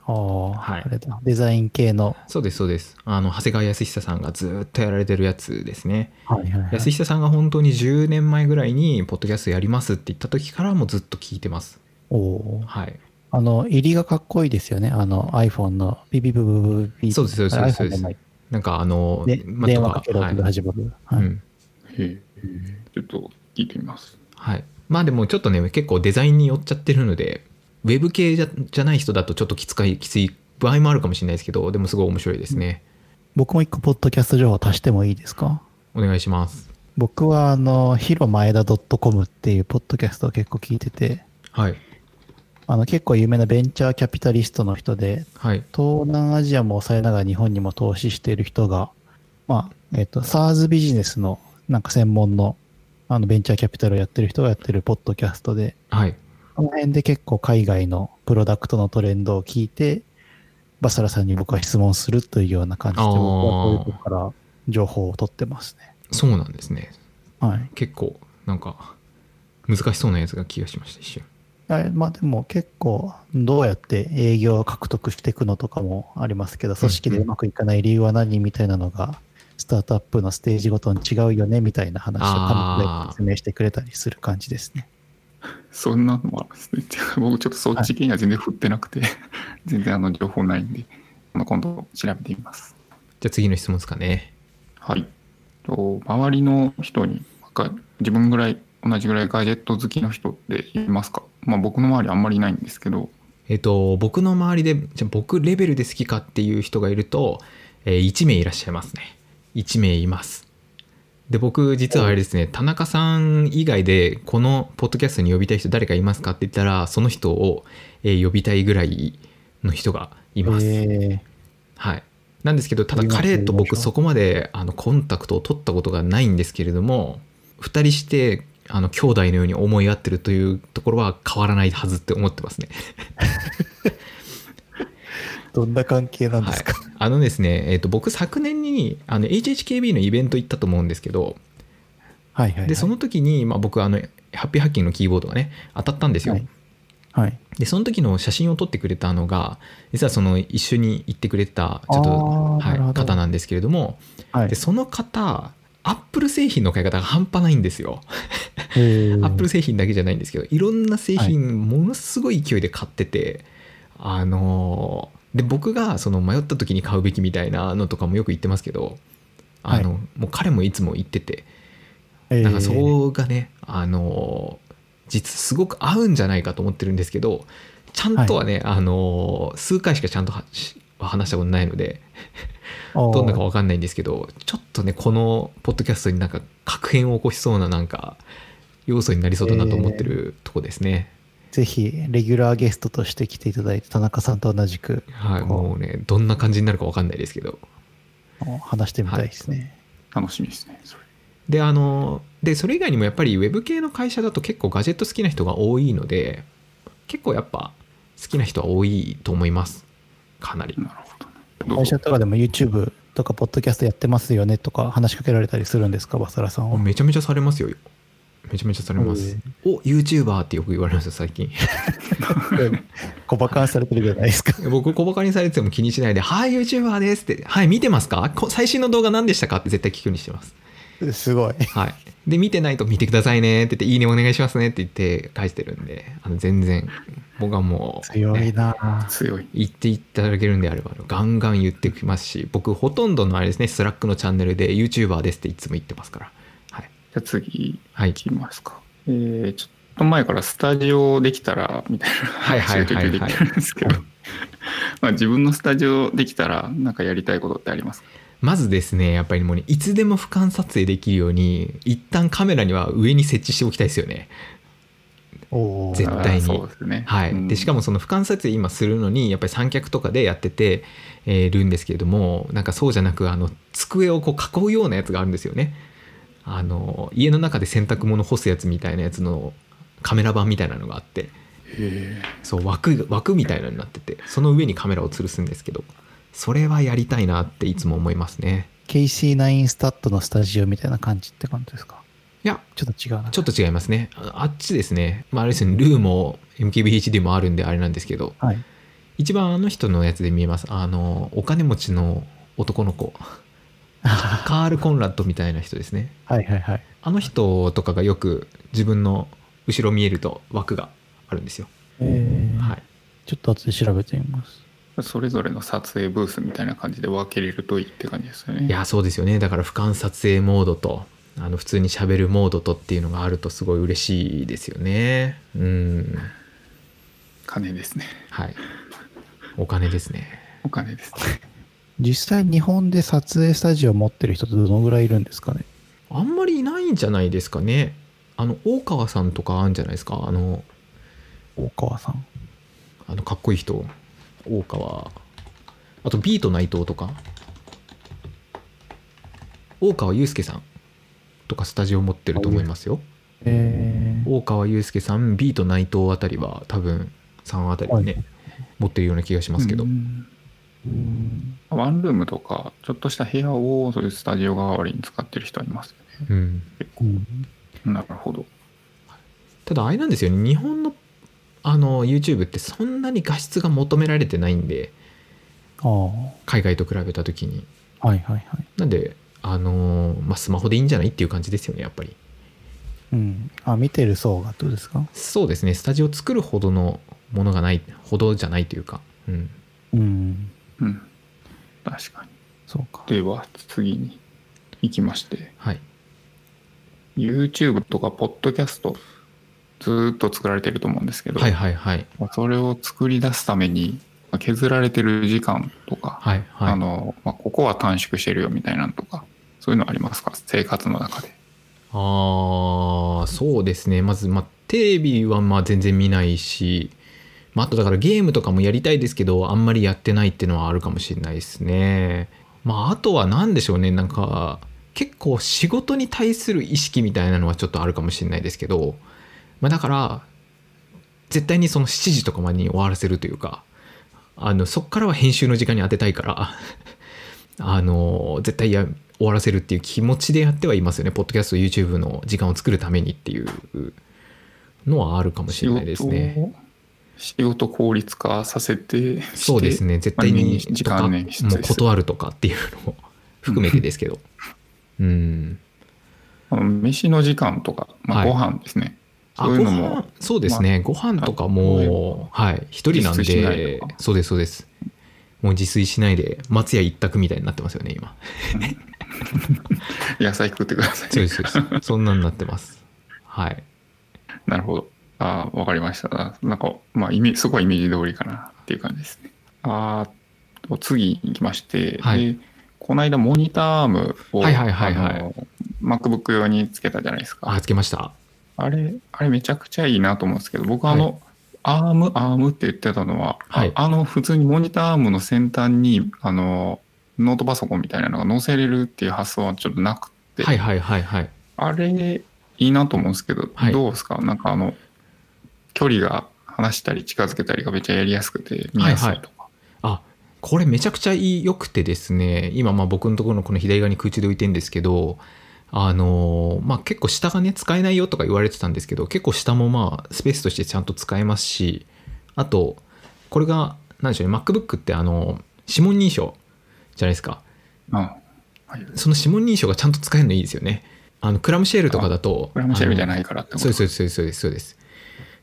Speaker 2: ああ、
Speaker 1: はい
Speaker 2: あれだ。デザイン系の。
Speaker 1: そうですそうですあの長谷川康久さんがずーっとやられてるやつですね
Speaker 2: はいはい、はい。
Speaker 1: 安久さんが本当に10年前ぐらいにポッドキャストやりますって言った時からもうずっと聞いてます
Speaker 2: おおー。
Speaker 1: はい
Speaker 2: あの、入りがかっこいいですよね。あの、iPhone のビビブブブブビ
Speaker 1: そうですそうですそうですそうです
Speaker 2: iPhone じゃない
Speaker 1: なんかあの、
Speaker 2: で
Speaker 1: まあ
Speaker 2: 電
Speaker 1: と
Speaker 2: 話かける
Speaker 1: は
Speaker 2: 音
Speaker 1: い
Speaker 2: で始まる。
Speaker 1: う
Speaker 2: はい
Speaker 1: ん
Speaker 3: へちょっと聞いてみます。
Speaker 1: はい、まあでもちょっとね結構デザインに寄っちゃってるのでウェブ系じゃじゃない人だとちょっときつかいきつい場合もあるかもしれないですけどでもすごい面白いですね、
Speaker 2: 僕も一個ポッドキャスト情報足してもいいですか
Speaker 1: お願いします
Speaker 2: 僕はあの、ヒロマエダ .com っていうポッドキャストを結構聞いてて、
Speaker 1: はい
Speaker 2: あの結構有名なベンチャーキャピタリストの人で、
Speaker 1: はい
Speaker 2: 東南アジアも抑えながら日本にも投資している人が、まあ、えっ、と、SARS ビジネスのなんか専門のあのベンチャーキャピタルをやってる人がやってるポッドキャストで、
Speaker 1: はい
Speaker 2: この辺で結構海外のプロダクトのトレンドを聞いて、バサラさんに僕は質問するというような感じで、
Speaker 1: あー
Speaker 2: 僕はこういうとこから情報を取ってますね。
Speaker 1: そうなんですね
Speaker 2: はい。
Speaker 1: 結構なんか難しそうなやつが気がしました一瞬
Speaker 2: あれまあでも結構どうやって営業を獲得していくのとかもありますけど、組織でうまくいかない理由は何みたいなのが、スタートアップのステージごとに違うよねみたいな話を
Speaker 1: あー
Speaker 2: 噛み砕いて説明してくれたりする感じですね。
Speaker 3: そんなのもあるんですね。てか僕ちょっとそっち系には全然振ってな くて、全然あの情報ないんで、あの今度調べてみます。
Speaker 1: じゃあ次の質問ですかね
Speaker 3: はい。と周りの人に、が自分ぐらい、同じぐらいガジェット好きの人っていますかまあ僕の周りあんまりいないんですけど、
Speaker 1: えっと僕の周りでじゃあ僕レベルで好きかっていう人がいると、えー1名いらっしゃいますね1名いますで僕実はあれですね田中さん以外でこのポッドキャストに呼びたい人誰かいますかって言ったらその人を、えー呼びたいぐらいの人がいます、
Speaker 2: え
Speaker 1: はいなんですけどただ
Speaker 2: います
Speaker 1: 彼と
Speaker 2: い
Speaker 1: 僕
Speaker 2: ます
Speaker 1: そこまであのコンタクトを取ったことがないんですけれども2人してあの兄弟のように思い合ってるというところは変わらないはずって思ってますね
Speaker 2: ーどんな関係なんですか、
Speaker 1: はい、あのですね、えー、と僕昨年にあの HHKB のイベント行ったと思うんですけど
Speaker 2: はい、はいはい。
Speaker 1: でそ
Speaker 2: の、
Speaker 1: の時に、まあ、僕あのハッピーハッキングのキーボードがね当たったんですよ、
Speaker 2: はいはい、
Speaker 1: でその時の写真を撮ってくれたのが実はその一緒に行ってくれたちょっと、
Speaker 2: あーなる
Speaker 1: は
Speaker 2: ほ
Speaker 1: い、
Speaker 2: ど
Speaker 1: 方なんですけれども
Speaker 2: はい
Speaker 1: で。その方アップル製品の買い方が半端ないんですよ
Speaker 2: えー
Speaker 1: アップル製品だけじゃないんですけどいろんな製品ものすごい勢いで買ってて、あのーで僕がその迷った時に買うべきみたいなのとかもよく言ってますけどあの、もう彼もいつも言ってて
Speaker 2: えー
Speaker 1: なんかそこがね、あのー実すごく合うんじゃないかと思ってるんですけどちゃんとはね、あのー数回しかちゃんとはし話したことないのでどんなか分かんないんですけどちょっとねこのポッドキャストになんか確変を起こしそうななんか要素になりそうだなと思ってるとこですね、
Speaker 2: ぜひ、レギュラーゲストとして来ていただいて、田中さんと同じく
Speaker 1: はい
Speaker 2: こう
Speaker 1: もうねどんな感じになるか分かんないですけど
Speaker 2: お話してみたいですね。
Speaker 3: 楽しみですね、それ。
Speaker 1: であのでそれ以外にもやっぱりウェブ系の会社だと結構ガジェット好きな人が多いので結構やっぱ好きな人は多いと思いますかなり
Speaker 3: なるほどねどう
Speaker 2: 会社とかでも YouTube とか、ポッドキャストやってますよねとか、話しかけられたりするんですか、バサラさ
Speaker 1: あ
Speaker 2: んは。
Speaker 1: めちゃめちゃされますよめちゃめちゃされます
Speaker 2: へ
Speaker 1: お YouTuber ってよく言われますよ最近
Speaker 2: こばかんされてるじゃないですか。
Speaker 1: 僕小バカにされてても気にしないで「はい YouTuber です」って「はい見てますかこ最新の動画何でしたか?」って絶対聞くようにしてます
Speaker 2: すごい。
Speaker 1: はいで見てないと「見てくださいね」って言って「いいねお願いしますね」って言って返してるんであの全然僕はもう、
Speaker 2: 強い
Speaker 1: ね
Speaker 2: な
Speaker 3: 強い。
Speaker 1: 言っていただけるんであればガンガン言ってきますし僕ほとんどのあれですねスラックのチャンネルで YouTuber ですっていつも言ってますからはい、
Speaker 3: じゃあ次
Speaker 1: はい
Speaker 3: い、きますか。えーちょっと前からスタジオできたらみたいな
Speaker 1: はいは
Speaker 3: 話
Speaker 1: い
Speaker 3: を
Speaker 1: はいは
Speaker 3: 途
Speaker 1: い
Speaker 3: 中で言ってるんですけど、まあ自分のスタジオできたらなんかやりたいことってありますか
Speaker 1: まずですねやっぱりもうねいつでも俯瞰撮影できるように一旦カメラには上に設置しておきたいですよね
Speaker 2: おー
Speaker 1: 絶対に
Speaker 3: あーそうですね。
Speaker 1: は
Speaker 3: うん
Speaker 1: い、でしかもその俯瞰撮影今するのにやっぱり三脚とかでやっててえーるんですけれどもなんかそうじゃなくあの机をこう囲うようなやつがあるんですよねあの家の中で洗濯物干すやつみたいなやつのカメラ版みたいなのがあって
Speaker 3: へ
Speaker 1: そう枠枠みたいなのになっててその上にカメラを吊るすんですけどそれはやりたいなっていつも思いますね
Speaker 2: KC9 スタッドのスタジオみたいな感じって感じですか
Speaker 1: いや
Speaker 2: ちょっと違うな。
Speaker 1: ちょっと違いますねああっちですね、まあ、あれですねルーも MKBHD もあるんであれなんですけど
Speaker 2: はい。
Speaker 1: 一番あの人のやつで見えますあのお金持ちの男の子カール・コンラッドみたいな人ですね
Speaker 2: はいはいはい。
Speaker 1: あの人とかがよく自分の後ろ見えると枠があるんですよ、
Speaker 2: えー
Speaker 1: はい、
Speaker 2: ちょっと後で調べてみます。
Speaker 3: えそれぞれの撮影ブースみたいな感じで分けれるといいって感じですよ
Speaker 1: い
Speaker 3: ね。
Speaker 1: やそうですよねだから俯瞰撮影モードとあの普通にしゃべるモードとっていうのがあるとすごい嬉しいですよねうん
Speaker 3: 金ですね。
Speaker 1: はいお金ですね
Speaker 3: お金ですね。
Speaker 2: 実際日本で撮影スタジオ持ってる人ってどのぐらいいるんですかね
Speaker 1: あんまりいないんじゃないですかねあの大川さんとかあるんじゃないですかあの
Speaker 2: 大川さん。
Speaker 1: あのかっこいい人大川あとビート内藤とか大川祐介さんとかスタジオ持ってると思いますよ
Speaker 2: えー
Speaker 1: 大川祐介さんビート内藤あたりは多分3あたりね、
Speaker 2: はい
Speaker 1: 持ってるような気がしますけど、
Speaker 3: うん
Speaker 2: うん
Speaker 3: ワンルームとか、ちょっとした部屋をそういうスタジオ代わりに使ってる人はいますよね。
Speaker 1: うん
Speaker 2: うん
Speaker 3: なるほど。
Speaker 1: ただあれなんですよね日本のあの YouTube ってそんなに画質が求められてないんで
Speaker 2: ああ。
Speaker 1: 海外と比べた時に
Speaker 2: はいはいはい。
Speaker 1: なんであのーまあスマホでいいんじゃないっていう感じですよねやっぱり
Speaker 2: うん。あ、見てる層がどうですか
Speaker 1: そうですねスタジオ作るほどのものがないほどじゃないというか、うん、
Speaker 2: うん。
Speaker 3: うん。確かに。
Speaker 2: そうか。
Speaker 3: では次に行きまして
Speaker 1: はい
Speaker 3: YouTube とかポッドキャストずーっと作られてると思うんですけど、
Speaker 1: はいはいはい
Speaker 3: まあそれを作り出すためにまあ削られてる時間とか、
Speaker 1: はいはい
Speaker 3: あのまあ、ここは短縮してるよみたいなのとかそういうのありますか生活の中で
Speaker 1: あーそうですねまず、まあ、テレビはまあ全然見ないし、まあ、あとだからゲームとかもやりたいですけどあんまりやってないっていうのはあるかもしれないですねまああとは何でしょうねなんか結構仕事に対する意識みたいなのはちょっとあるかもしれないですけど、まあ、だから絶対にその7時とかまでに終わらせるというかあのそっからは編集の時間に当てたいから あの絶対や終わらせるっていう気持ちでやってはいますよねポッドキャスト YouTube の時間を作るためにっていうのはあるかもしれないです
Speaker 3: 仕事
Speaker 1: ね。
Speaker 3: を仕事効率化させてして
Speaker 1: そうですね絶対に
Speaker 3: まあ時
Speaker 1: とか
Speaker 3: 間
Speaker 1: も
Speaker 3: ね
Speaker 1: う
Speaker 3: 失礼する
Speaker 1: 断るとかっていうのも含めてですけどうん
Speaker 3: あの飯の時間とか、まあ、
Speaker 1: はい
Speaker 3: ご飯ですね、
Speaker 1: あ
Speaker 3: そうい
Speaker 1: ご
Speaker 3: うの
Speaker 1: 飯
Speaker 3: も
Speaker 1: そうですね、ご飯とかもはい一人なん
Speaker 3: 自炊しない
Speaker 1: で
Speaker 3: とか
Speaker 1: そうですそうですもう自炊しないで松屋一択みたいになってますよね今
Speaker 3: 野菜食ってください
Speaker 1: そうですそうですそんなんなってますはい
Speaker 3: なるほど。ああ、わかりました。なんか、まあ、イメージ、そこはイメージ通りかなっていう感じですね。あーと、次に行きまして、
Speaker 1: はい
Speaker 3: で、この間、モニターアームを、
Speaker 1: はいはいはいはい
Speaker 3: あの MacBook 用につけたじゃないですか。
Speaker 1: あつけました
Speaker 3: あれ、あれめちゃくちゃいいなと思うんですけど、僕、あの、アーム、アームって言ってたのは、
Speaker 1: はい
Speaker 3: ああの、普通にモニターアームの先端に、あの、ノートパソコンみたいなのが載せれるっていう発想はちょっとなくって、
Speaker 1: はいはいはいはい。
Speaker 3: あれいいなと思うんですけど、
Speaker 1: はい
Speaker 3: どうですかなんかあの距離が離したり近づけたりがめっちゃやりやすくて見やすいとか、
Speaker 1: あこれめちゃくちゃ良くてですね今まあ僕のところのこの左側に空中で浮いてるんですけどあのーまあ結構下がね使えないよとか言われてたんですけど結構下もまあスペースとしてちゃんと使えますしあとこれが何でしょうね MacBook ってあの指紋認証じゃないですか
Speaker 3: あ
Speaker 1: その指紋認証がちゃんと使えるのいいですよねあのクラムシェールとかだと
Speaker 3: これはもうシェルじゃ
Speaker 1: あの
Speaker 3: ないからってこと
Speaker 1: そうですそうですそうですそうです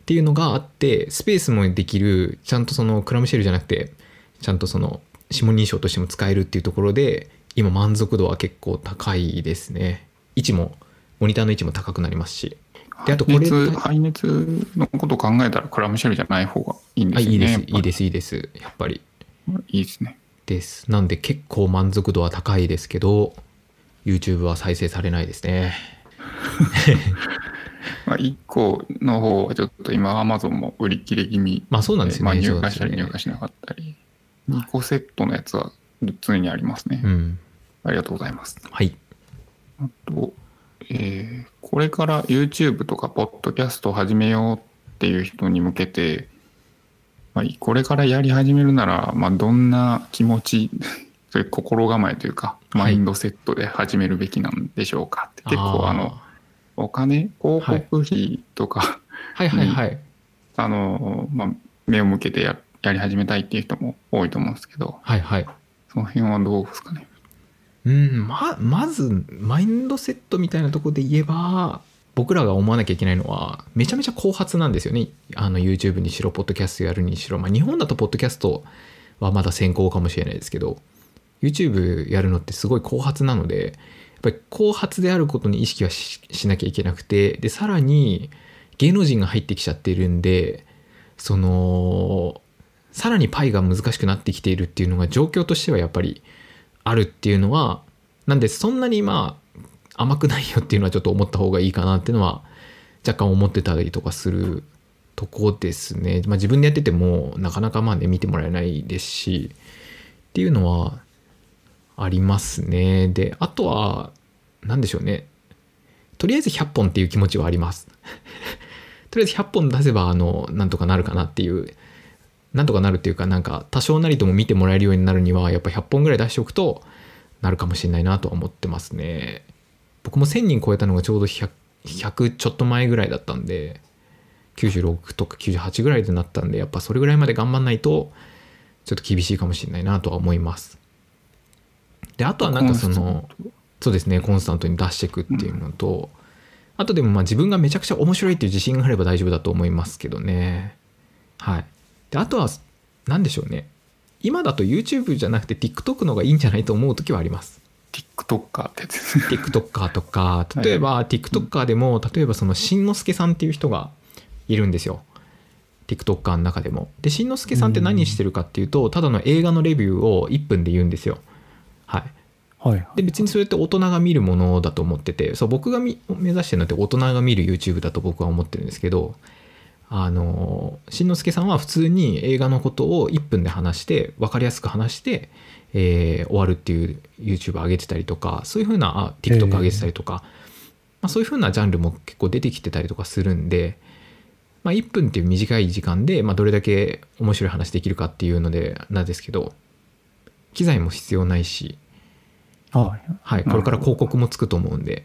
Speaker 1: っていうのがあってスペースもできるちゃんとそのクラムシェルじゃなくてちゃんとその指紋認証としても使えるっていうところで今満足度は結構高いですね位置もモニターの位置も高くなりますしであとこれ
Speaker 3: 排熱排熱のことを考えたらクラムシェルじゃない方がいいんで
Speaker 1: あ
Speaker 3: すよ
Speaker 1: い
Speaker 3: ね
Speaker 1: いです
Speaker 3: やっぱ
Speaker 1: い
Speaker 3: り
Speaker 1: いですいいですやっぱり
Speaker 3: いいですね
Speaker 1: ですなんで結構満足度は高いですけど YouTube は再生されないですね
Speaker 3: まあ、1個の方はちょっと今、アマゾンも売り切れ気味
Speaker 1: まあそうなんですよね
Speaker 3: まあ、入
Speaker 1: そうで
Speaker 3: 荷
Speaker 1: す
Speaker 3: し
Speaker 1: よ
Speaker 3: た
Speaker 1: ね
Speaker 3: り入荷しなかったり、2個セットのやつは常にありますね。
Speaker 1: うん
Speaker 3: ありがとうございます。
Speaker 1: はい
Speaker 3: あと、えーこれから YouTube とか Podcast を始めようっていう人に向けて、まあ、これからやり始めるなら、まあ、どんな気持ち、 そういう心構えというか、
Speaker 1: は
Speaker 3: マ
Speaker 1: い
Speaker 3: インドセットで始めるべきなんでしょうかって、結構
Speaker 1: ー
Speaker 3: あの、お金、広告費とか、
Speaker 1: はいはいはい、
Speaker 3: あの、まあ、目を向けてややり始めたいっていう人も多いと思うんですけど、
Speaker 1: はいはい
Speaker 3: その辺はどうですかね。
Speaker 1: うんままずマインドセットみたいなところで言えば僕らが思わなきゃいけないのはめちゃめちゃ後発なんですよねあの YouTube にしろポッドキャストやるにしろ、まあ、日本だとポッドキャストはまだ先行かもしれないですけど YouTube やるのってすごい後発なのでやっぱり後発であることに意識はししなきゃいけなくてでさらに芸能人が入ってきちゃってるんでそのさらにパイが難しくなってきているっていうのが状況としてはやっぱりあるっていうのはなんでそんなにまあ甘くないよっていうのはちょっと思った方がいいかなっていうのは若干思ってたりとかするとこですね、まあ、自分でやっててもなかなかまあね見てもらえないですしっていうのはありますねであとは何でしょうねとりあえず100本っていう気持ちはあります とりあえず100本出せばあのなんとかなるかなっていうなんとかなるっていうかなんか多少なりとも見てもらえるようになるにはやっぱ100本ぐらい出しておくとなるかもしれないなとは思ってますね僕も1000人超えたのがちょうど 100, 100ちょっと前ぐらいだったんで96とか98ぐらいでなったんでやっぱそれぐらいまで頑張んないとちょっと厳しいかもしれないなとは思いますであとはなんかそのそうですねコンスタントに出していくっていうのと、あとでもまあ自分がめちゃくちゃ面白いっていう自信があれば大丈夫だと思いますけどねはいであとは何でしょうね今だと YouTube じゃなくて TikTok の方がいいんじゃないと思う時はあります。
Speaker 3: TikToker ってやつですね。
Speaker 1: TikToker とか、例えば TikToker でも、例えばそのしんのすけさんっていう人がいるんですよ。TikToker の中でも。で、しんのすけさんって何してるかっていうと、ただの映画のレビューを1分で言うんですよ。はい。
Speaker 2: はいはい。
Speaker 1: で別にそれって大人が見るものだと思っててそう僕がみ目指してるのって大人が見る YouTube だと僕は思ってるんですけどあのしんのすけさんは普通に映画のことを1分で話して分かりやすく話して、えー終わるっていう YouTube 上げてたりとかそういうふうなあ TikTok 上げてたりとか、まあ、そういうふうなジャンルも結構出てきてたりとかするんで、まあ、1分っていう短い時間で、まあ、どれだけ面白い話できるかっていうのでなんですけど機材も必要ないし
Speaker 2: はい。
Speaker 1: はい、これから広告もつくと思うんで、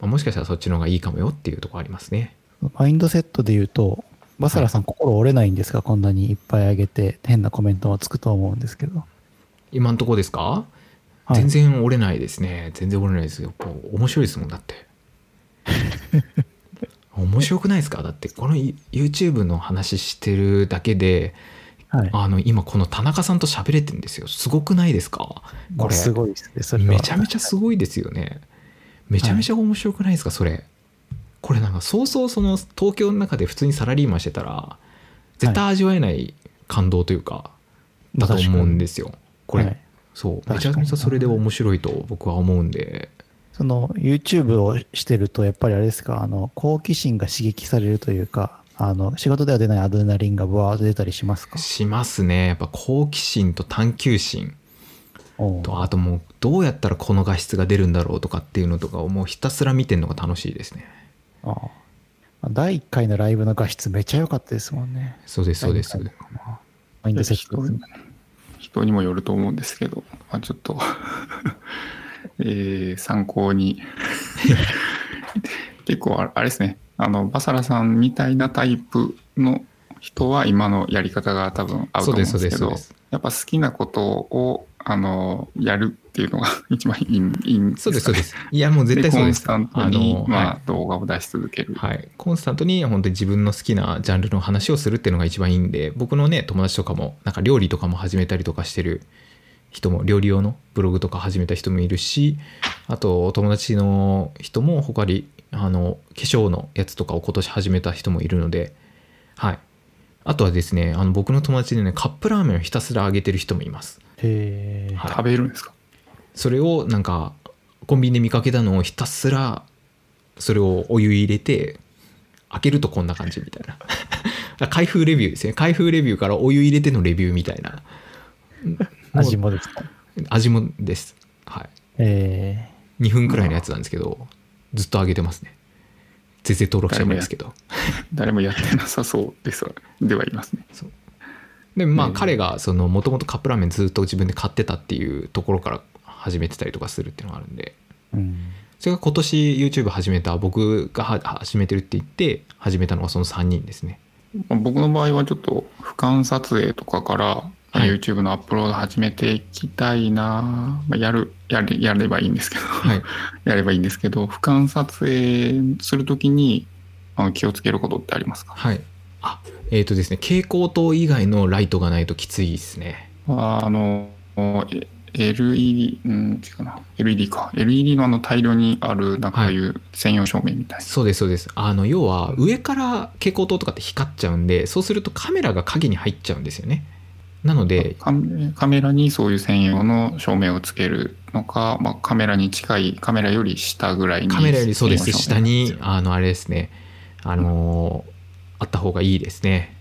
Speaker 1: まあ、もしかしたらそっちの方がいいかもよっていうところありますね。
Speaker 2: マインドセットで言うと、バサラさん心折れないんですが、こんなにいっぱいあげて変なコメントもつくと思うんですけど。
Speaker 1: 今のところですか、
Speaker 2: はい
Speaker 1: 全然折れないですね。全然折れないですよ。やっぱ面白いですもんだ って。面白くないですかだってこの YouTube の話してるだけで
Speaker 2: はい。
Speaker 1: あの今この田中さんと喋れてるんですよすごくないですかこれ
Speaker 2: すごいですね、それは。
Speaker 1: めちゃめちゃすごいですよね。めちゃめちゃ面白くないですか、それ。これなんか、そうそうその東京の中で普通にサラリーマンしてたら、絶対味わえない感動というか、だと思うんですよ。これ、
Speaker 2: はい
Speaker 1: そう。め
Speaker 2: 確
Speaker 1: ち
Speaker 2: か
Speaker 1: ゃ
Speaker 2: に
Speaker 1: めちゃそれで面白いと僕は思うんで、
Speaker 2: その YouTube をしてると、やっぱりあれですか、あの、好奇心が刺激されるというか、あの、仕事では出ないアドレナリンがブワーッと出たりしますか
Speaker 1: しますね。やっぱ好奇心と探求心。
Speaker 2: おう
Speaker 1: とあともうどうやったらこの画質が出るんだろうとかっていうのとかをもうひたすら見てるのが楽しいですね
Speaker 2: ああ第1回のライブの画質めちゃ良かったですもんね。
Speaker 1: そうですそうです
Speaker 2: 第一回のマインドセット。
Speaker 3: 人にもよると思うんですけど、まあ、ちょっと えー参考に 結構ああれですねあのバサラさんみたいなタイプの人は今のやり方が多分合うと思うんです
Speaker 1: そ
Speaker 3: け
Speaker 1: う
Speaker 3: ど
Speaker 1: ですそうですそう
Speaker 3: やっぱ好きなことをあのやるっていうのが一番いいいいんで
Speaker 1: そ
Speaker 3: す
Speaker 1: う
Speaker 3: かね
Speaker 1: ですそうですいやもう絶対そうです
Speaker 3: コンスタントに、
Speaker 1: あの
Speaker 3: まあ
Speaker 1: は
Speaker 3: 動画を出し続ける、
Speaker 1: はい、コンスタントに本当に自分の好きなジャンルの話をするっていうのが一番いいんで僕のね友達とかもなんか料理とかも始めたりとかしてる人も料理用のブログとか始めた人もいるしあとお友達の人も他にあの化粧のやつとかを今年始めた人もいるので、はい、あとはですねあの僕の友達でねカップラーメンをひたすら揚げてる人もいます。
Speaker 2: へえ。
Speaker 1: はい
Speaker 3: 食べるんですか
Speaker 1: それをなんかコンビニで見かけたのをひたすらそれをお湯入れて開けるとこんな感じみたいな だから開封レビューですね開封レビューからお湯入れてのレビューみたいな
Speaker 2: 味もですか。
Speaker 1: 味もですは
Speaker 2: え
Speaker 1: い2分くらいのやつなんですけどずっと揚げてますね全然登録者もいいですけど
Speaker 3: 誰もやってなさそうですわではいますね
Speaker 1: でまあ
Speaker 3: うん
Speaker 1: 彼がそのもともとカップラーメンずっと自分で買ってたっていうところから始めてたりとかするっていうのがあるんで
Speaker 2: え。うん。
Speaker 1: それが今年 YouTube 始めた僕がは始めてるって言って始めたのがその3人ですね
Speaker 3: まあ僕の場合はちょっと俯瞰撮影とかからまあ
Speaker 1: はい
Speaker 3: YouTube のアップロード始めていきたいな、まあやるやれやればいいんですけど、
Speaker 1: はい
Speaker 3: やればいいんですけど俯瞰撮影するときにあの気をつけることってありますか
Speaker 1: はいあえっ、とですね蛍光灯以外のライトがないときついですね
Speaker 3: ああのえ LED うん違うな LED か LED のあの大量にあるなんか
Speaker 1: は
Speaker 3: こう
Speaker 1: い
Speaker 3: いう専用照明みたいな、
Speaker 1: そうですそうですあの要は上から蛍光灯とかって光っちゃうんでそうするとカメラが影に入っちゃうんですよねなので
Speaker 3: カメカメラにそういう専用の照明をつけるのか、まあ、カメラに近いカメラより下ぐらいに
Speaker 1: カメラよりそうです
Speaker 3: 専
Speaker 1: 下
Speaker 3: 用照明
Speaker 1: にあのあれですねあのーあった方がいいですね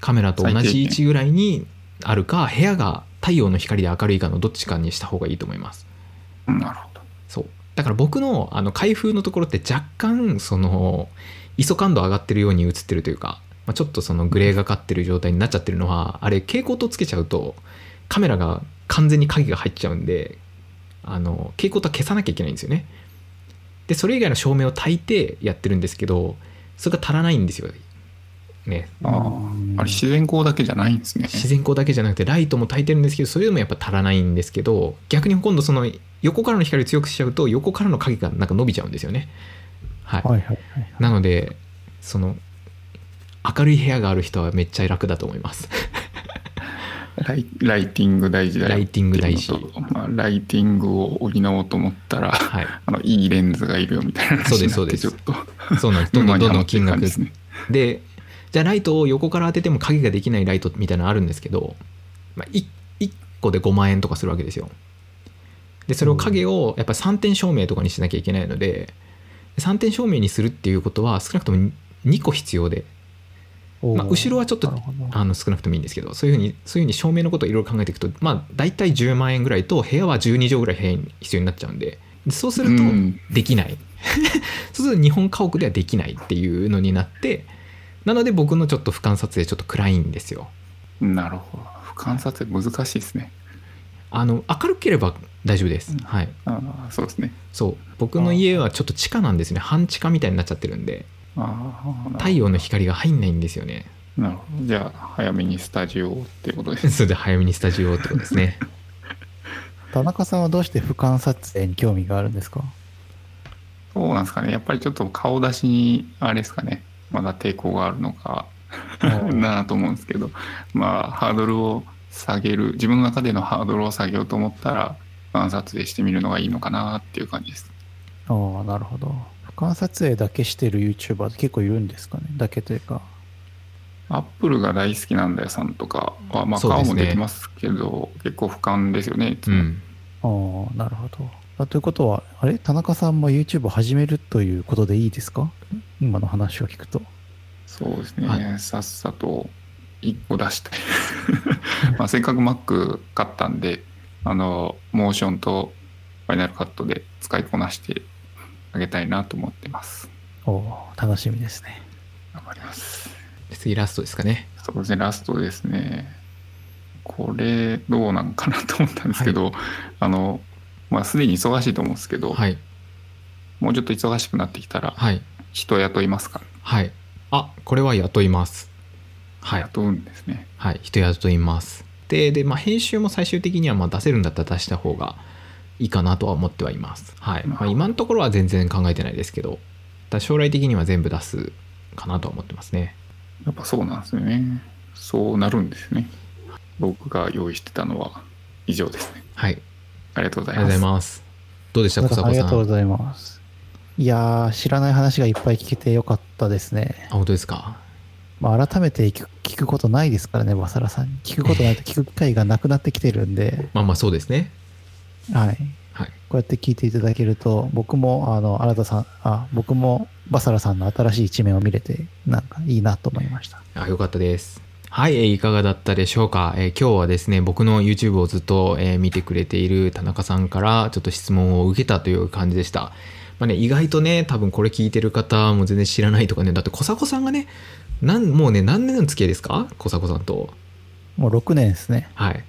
Speaker 1: カメラと同
Speaker 3: 最低
Speaker 1: じ
Speaker 3: 限
Speaker 1: 位置ぐらいにあるか部屋が太陽の光で明るいかのどっちかにした方がいいと思います
Speaker 3: うんなるほど
Speaker 1: そうだから僕のあの開封のところって若干その ISO 感度上がってるように映ってるというか、まあ、ちょっとそのグレーがかってる状態になっちゃってるのはあれ蛍光灯つけちゃうとカメラが完全に影が入っちゃうんであの蛍光灯は消さなきゃいけないんですよねでそれ以外の照明を焚いてやってるんですけどそれが足らないんですよね
Speaker 3: あああれ自然光だけじゃないんですね
Speaker 1: 自然光だけじゃなくてライトも焚いてるんですけどそれでもやっぱ足らないんですけど逆に今度その横からの光を強くしちゃうと横からの影がなんか伸びちゃうんですよねはい、
Speaker 2: はいはいはい。
Speaker 1: なのでその明るい部屋がある人はめっちゃ楽だと思います
Speaker 3: ライライティング大事だよ
Speaker 1: ライティング大事
Speaker 3: っていうのとまあ、ライティングを補おうと思ったら
Speaker 1: はい
Speaker 3: あのいいレンズがいるよみたいな話
Speaker 1: そうです
Speaker 3: になって
Speaker 1: そうで
Speaker 3: ちょっ
Speaker 1: そうなんです
Speaker 3: と
Speaker 1: どんど
Speaker 3: 沼
Speaker 1: ん
Speaker 3: に
Speaker 1: どんど
Speaker 3: はま
Speaker 1: ん
Speaker 3: ってる
Speaker 1: 金
Speaker 3: 感
Speaker 1: 額
Speaker 3: じですね
Speaker 1: でじゃあライトを横から当てても影ができないライトみたいなのあるんですけど、まあ、1, 個で5万円とかするわけですよでそれを影をやっぱり3点照明とかにしなきゃいけないので3点照明にするっていうことは少なくとも2個必要で、
Speaker 2: おう
Speaker 1: まあ、後ろはちょっと
Speaker 2: なるほど
Speaker 1: あの少なくともいいんですけどそういうふうにそういうふうに照明のことをいろいろ考えていくとまあ大体10万円ぐらいと部屋は12畳ぐらい部屋に必要になっちゃうんででそうす
Speaker 3: う
Speaker 1: ると
Speaker 3: ん
Speaker 1: できない そうすると日本家屋ではできないっていうのになってなので僕のちょっと俯瞰撮影ちょっと暗いんですよ
Speaker 3: なるほど俯瞰撮影難しいですね
Speaker 1: あの明るければ大丈夫です、
Speaker 3: うん
Speaker 1: はい
Speaker 3: ああそうですね
Speaker 1: そう僕の家はちょっと地下なんですね半地下みたいになっちゃってるんで
Speaker 3: ああな
Speaker 1: 太陽の光が入んないんですよね
Speaker 3: なるほどじゃあ早めにスタジオをっていうこ とですね
Speaker 1: それで早めにスタジオってことです ね
Speaker 2: 田中さんはどうして俯瞰撮影に興味があるんですか
Speaker 3: そうなんですかね。やっぱりちょっと顔出しに、あれですかね。まだ抵抗があるのかなあと思うんですけど、まあ、ハードルを下げる、自分の中でのハードルを下げようと思ったら、観察でしてみるのがいいのかなっていう感じです。
Speaker 2: ああ、なるほど。俯瞰撮影だけしてる YouTuber って結構いるんですかねだけというか。
Speaker 3: アップルが大好きなんだよさんとかは、まあ、
Speaker 1: そう
Speaker 3: 顔
Speaker 1: です
Speaker 3: も
Speaker 1: ね
Speaker 3: できますけど、結構俯瞰ですよね、いつ
Speaker 1: う
Speaker 3: も
Speaker 1: ん
Speaker 2: ああ、なるほど。あということは、あれ田中さんも YouTube を始めるということでいいですか今の話を聞くと。
Speaker 3: そうですね、
Speaker 1: は
Speaker 3: さっさと1個出してまあせっかく Mac 買ったんであの、モーションとファイナルカットで使いこなしてあげたいなと思ってます。
Speaker 2: おー楽しみですね。
Speaker 3: 頑張ります。
Speaker 1: 次ラストですかね
Speaker 3: そうですね、ラストですね。これ、どうなんかなと思ったんですけど、あの、まあ、すでに忙しいと思うんですけど、
Speaker 1: はい
Speaker 3: もうちょっと忙しくなってきたら、
Speaker 1: はい
Speaker 3: 人雇いますか、
Speaker 1: はいあこれは雇いますはい
Speaker 3: 雇うんですね。
Speaker 1: はい人雇いますでで、まあ、編集も最終的にはまあ出せるんだったら出した方がいいかなとは思ってはいますはい、まあ、今のところは全然考えてないですけどただ将来的には全部出すかなとは思ってますね
Speaker 3: やっぱそうなんですよね。そうなるんですね。僕が用意してたのは以上ですね。
Speaker 1: はい
Speaker 3: ありがとうご
Speaker 1: あ
Speaker 3: ざ
Speaker 1: り
Speaker 3: い
Speaker 1: がとう
Speaker 3: ま
Speaker 1: ご
Speaker 3: す。
Speaker 1: ざいますどうでした小
Speaker 2: 皆
Speaker 1: 迫
Speaker 2: さ
Speaker 1: さ
Speaker 2: ん
Speaker 1: ん
Speaker 2: ありがとうございます。いやー、知らない話がいっぱい聞けてよかったですね。
Speaker 1: あ本当ですか
Speaker 2: まあ、改めて聞く聞くことないですからね、バサラさんに。聞くこと ないと聞く機会がなくなってきてるんで、
Speaker 1: まあまあそうですね
Speaker 2: はい。
Speaker 1: はい
Speaker 2: こうやって聞いていただけると、僕も、あの、新田さん、あ、僕もバサラさんの新しい一面を見れて、なんかいいなと思いました。
Speaker 1: あよかったです。はい、えーいかがだったでしょうか、えー今日はですね、僕の YouTube をずっと、えー見てくれている田中さんからちょっと質問を受けたという感じでした。まあね、意外とね、多分これ聞いてる方も全然知らないとかね、だって小迫さんがね、なんもうね、何年の付き合いですか小迫さんと。
Speaker 2: もう6年ですね。
Speaker 1: はい。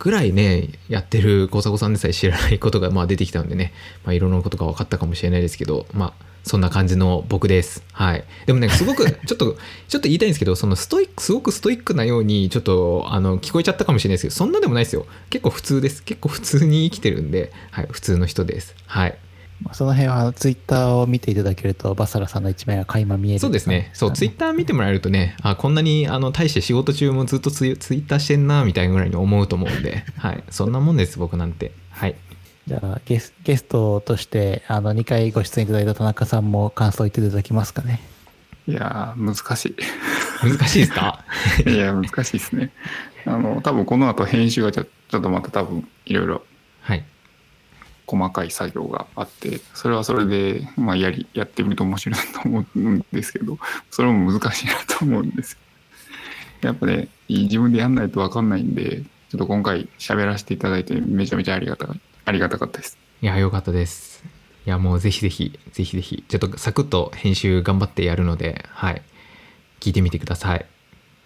Speaker 1: ぐらいね、やってる小迫さんでさえ知らないことが、まあ、出てきたのでね、まあ、いろんなことが分かったかもしれないですけど、まあ、そんな感じの僕です。はい。でもね、すご く、ちょっと、ちょっと言いたいんですけど、そのストイック、すごくストイックなように、ちょっと、あの、聞こえちゃったかもしれないですけど、そんなでもないですよ。結構普通です。結構普通に生きてるんで、はい、普通の人です。はい。
Speaker 2: まあその辺は、ツイッターを見ていただけると、バサラさんの一面が垣間見える、
Speaker 1: そうですね。そう、ツイッター見てもらえるとね、あこんなにあの大して仕事中もずっとツイツイッターしてんなみたいなぐらいに思うと思うんで、はい、そんなもんです僕なんて。はい、
Speaker 2: じゃあゲスゲストとしてあの2回ご出演いただいた田中さんも感想言っていただきますかね。
Speaker 3: いやー、難し
Speaker 1: 難しいですか？
Speaker 3: い。いや、難しいですね。あの、多分この後編集がちょちょっとまた多分いろいろ
Speaker 1: はい、
Speaker 3: 細かい作業があって、それはそれで、まあ、やり、やってみると面白いなと思うんですけど、それも難しいなと思うんですよ。やっぱね、自分でやんないとわかんないんで、ちょっと今回喋らせていただいてめちゃめちゃありがたかありがたかったです。
Speaker 1: いや良かったです。いやもうぜひぜひぜひぜひちょっとサクッと編集頑張ってやるので、はい、聞いてみてください。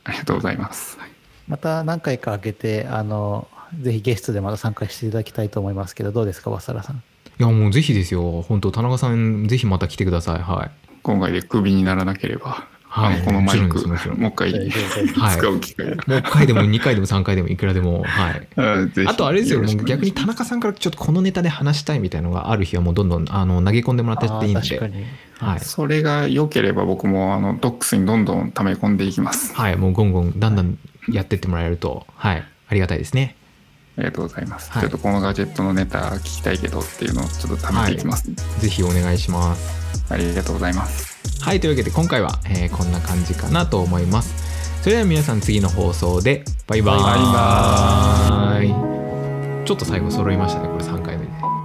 Speaker 3: ありがとうございます。
Speaker 2: また何回か開けてあのぜひゲストでまた参加していただきたいと思いますけどどうですかバサラさん。
Speaker 1: いやもうぜひですよ。本当田中さんぜひまた来てください。はい。
Speaker 3: 今回でクビにならなければ、
Speaker 1: はい
Speaker 3: あのこのマイク、
Speaker 1: もちろんですもちろん
Speaker 3: もう一回
Speaker 1: はい
Speaker 3: 使う機会が、
Speaker 1: もう1回でも2回でも3回でもいくらでも、はい。
Speaker 3: あぜひ
Speaker 1: あとあれですよ、
Speaker 3: ろ
Speaker 1: も
Speaker 3: し
Speaker 1: う
Speaker 3: くお願いしま
Speaker 1: 逆
Speaker 3: す
Speaker 1: に田中さんからちょっとこのネタで話したいみたいなのがある日はもうどんどんあの投げ込んでもらってっていいん
Speaker 2: あー確か
Speaker 1: で、
Speaker 2: に。
Speaker 1: はい。
Speaker 3: それが良ければ僕もあのドックスにどんどん溜め込んでいきます。あ
Speaker 1: はい、もうゴンゴンだんだんやってってもらえると、はい、ありがたいですね。
Speaker 3: りがとうございます。
Speaker 1: はい
Speaker 3: ちょっとこのガジェットのネタ聞きたいけどっていうのをちょっと溜めていきます。
Speaker 1: ぜひお願いします。
Speaker 3: ありがとうございます。
Speaker 1: はいというわけで今回は、えーこんな感じかなと思いますそれでは皆さん次の放送でバイバーイ
Speaker 3: バイバ
Speaker 1: ちょっと最後揃いましたねこれ3回目で。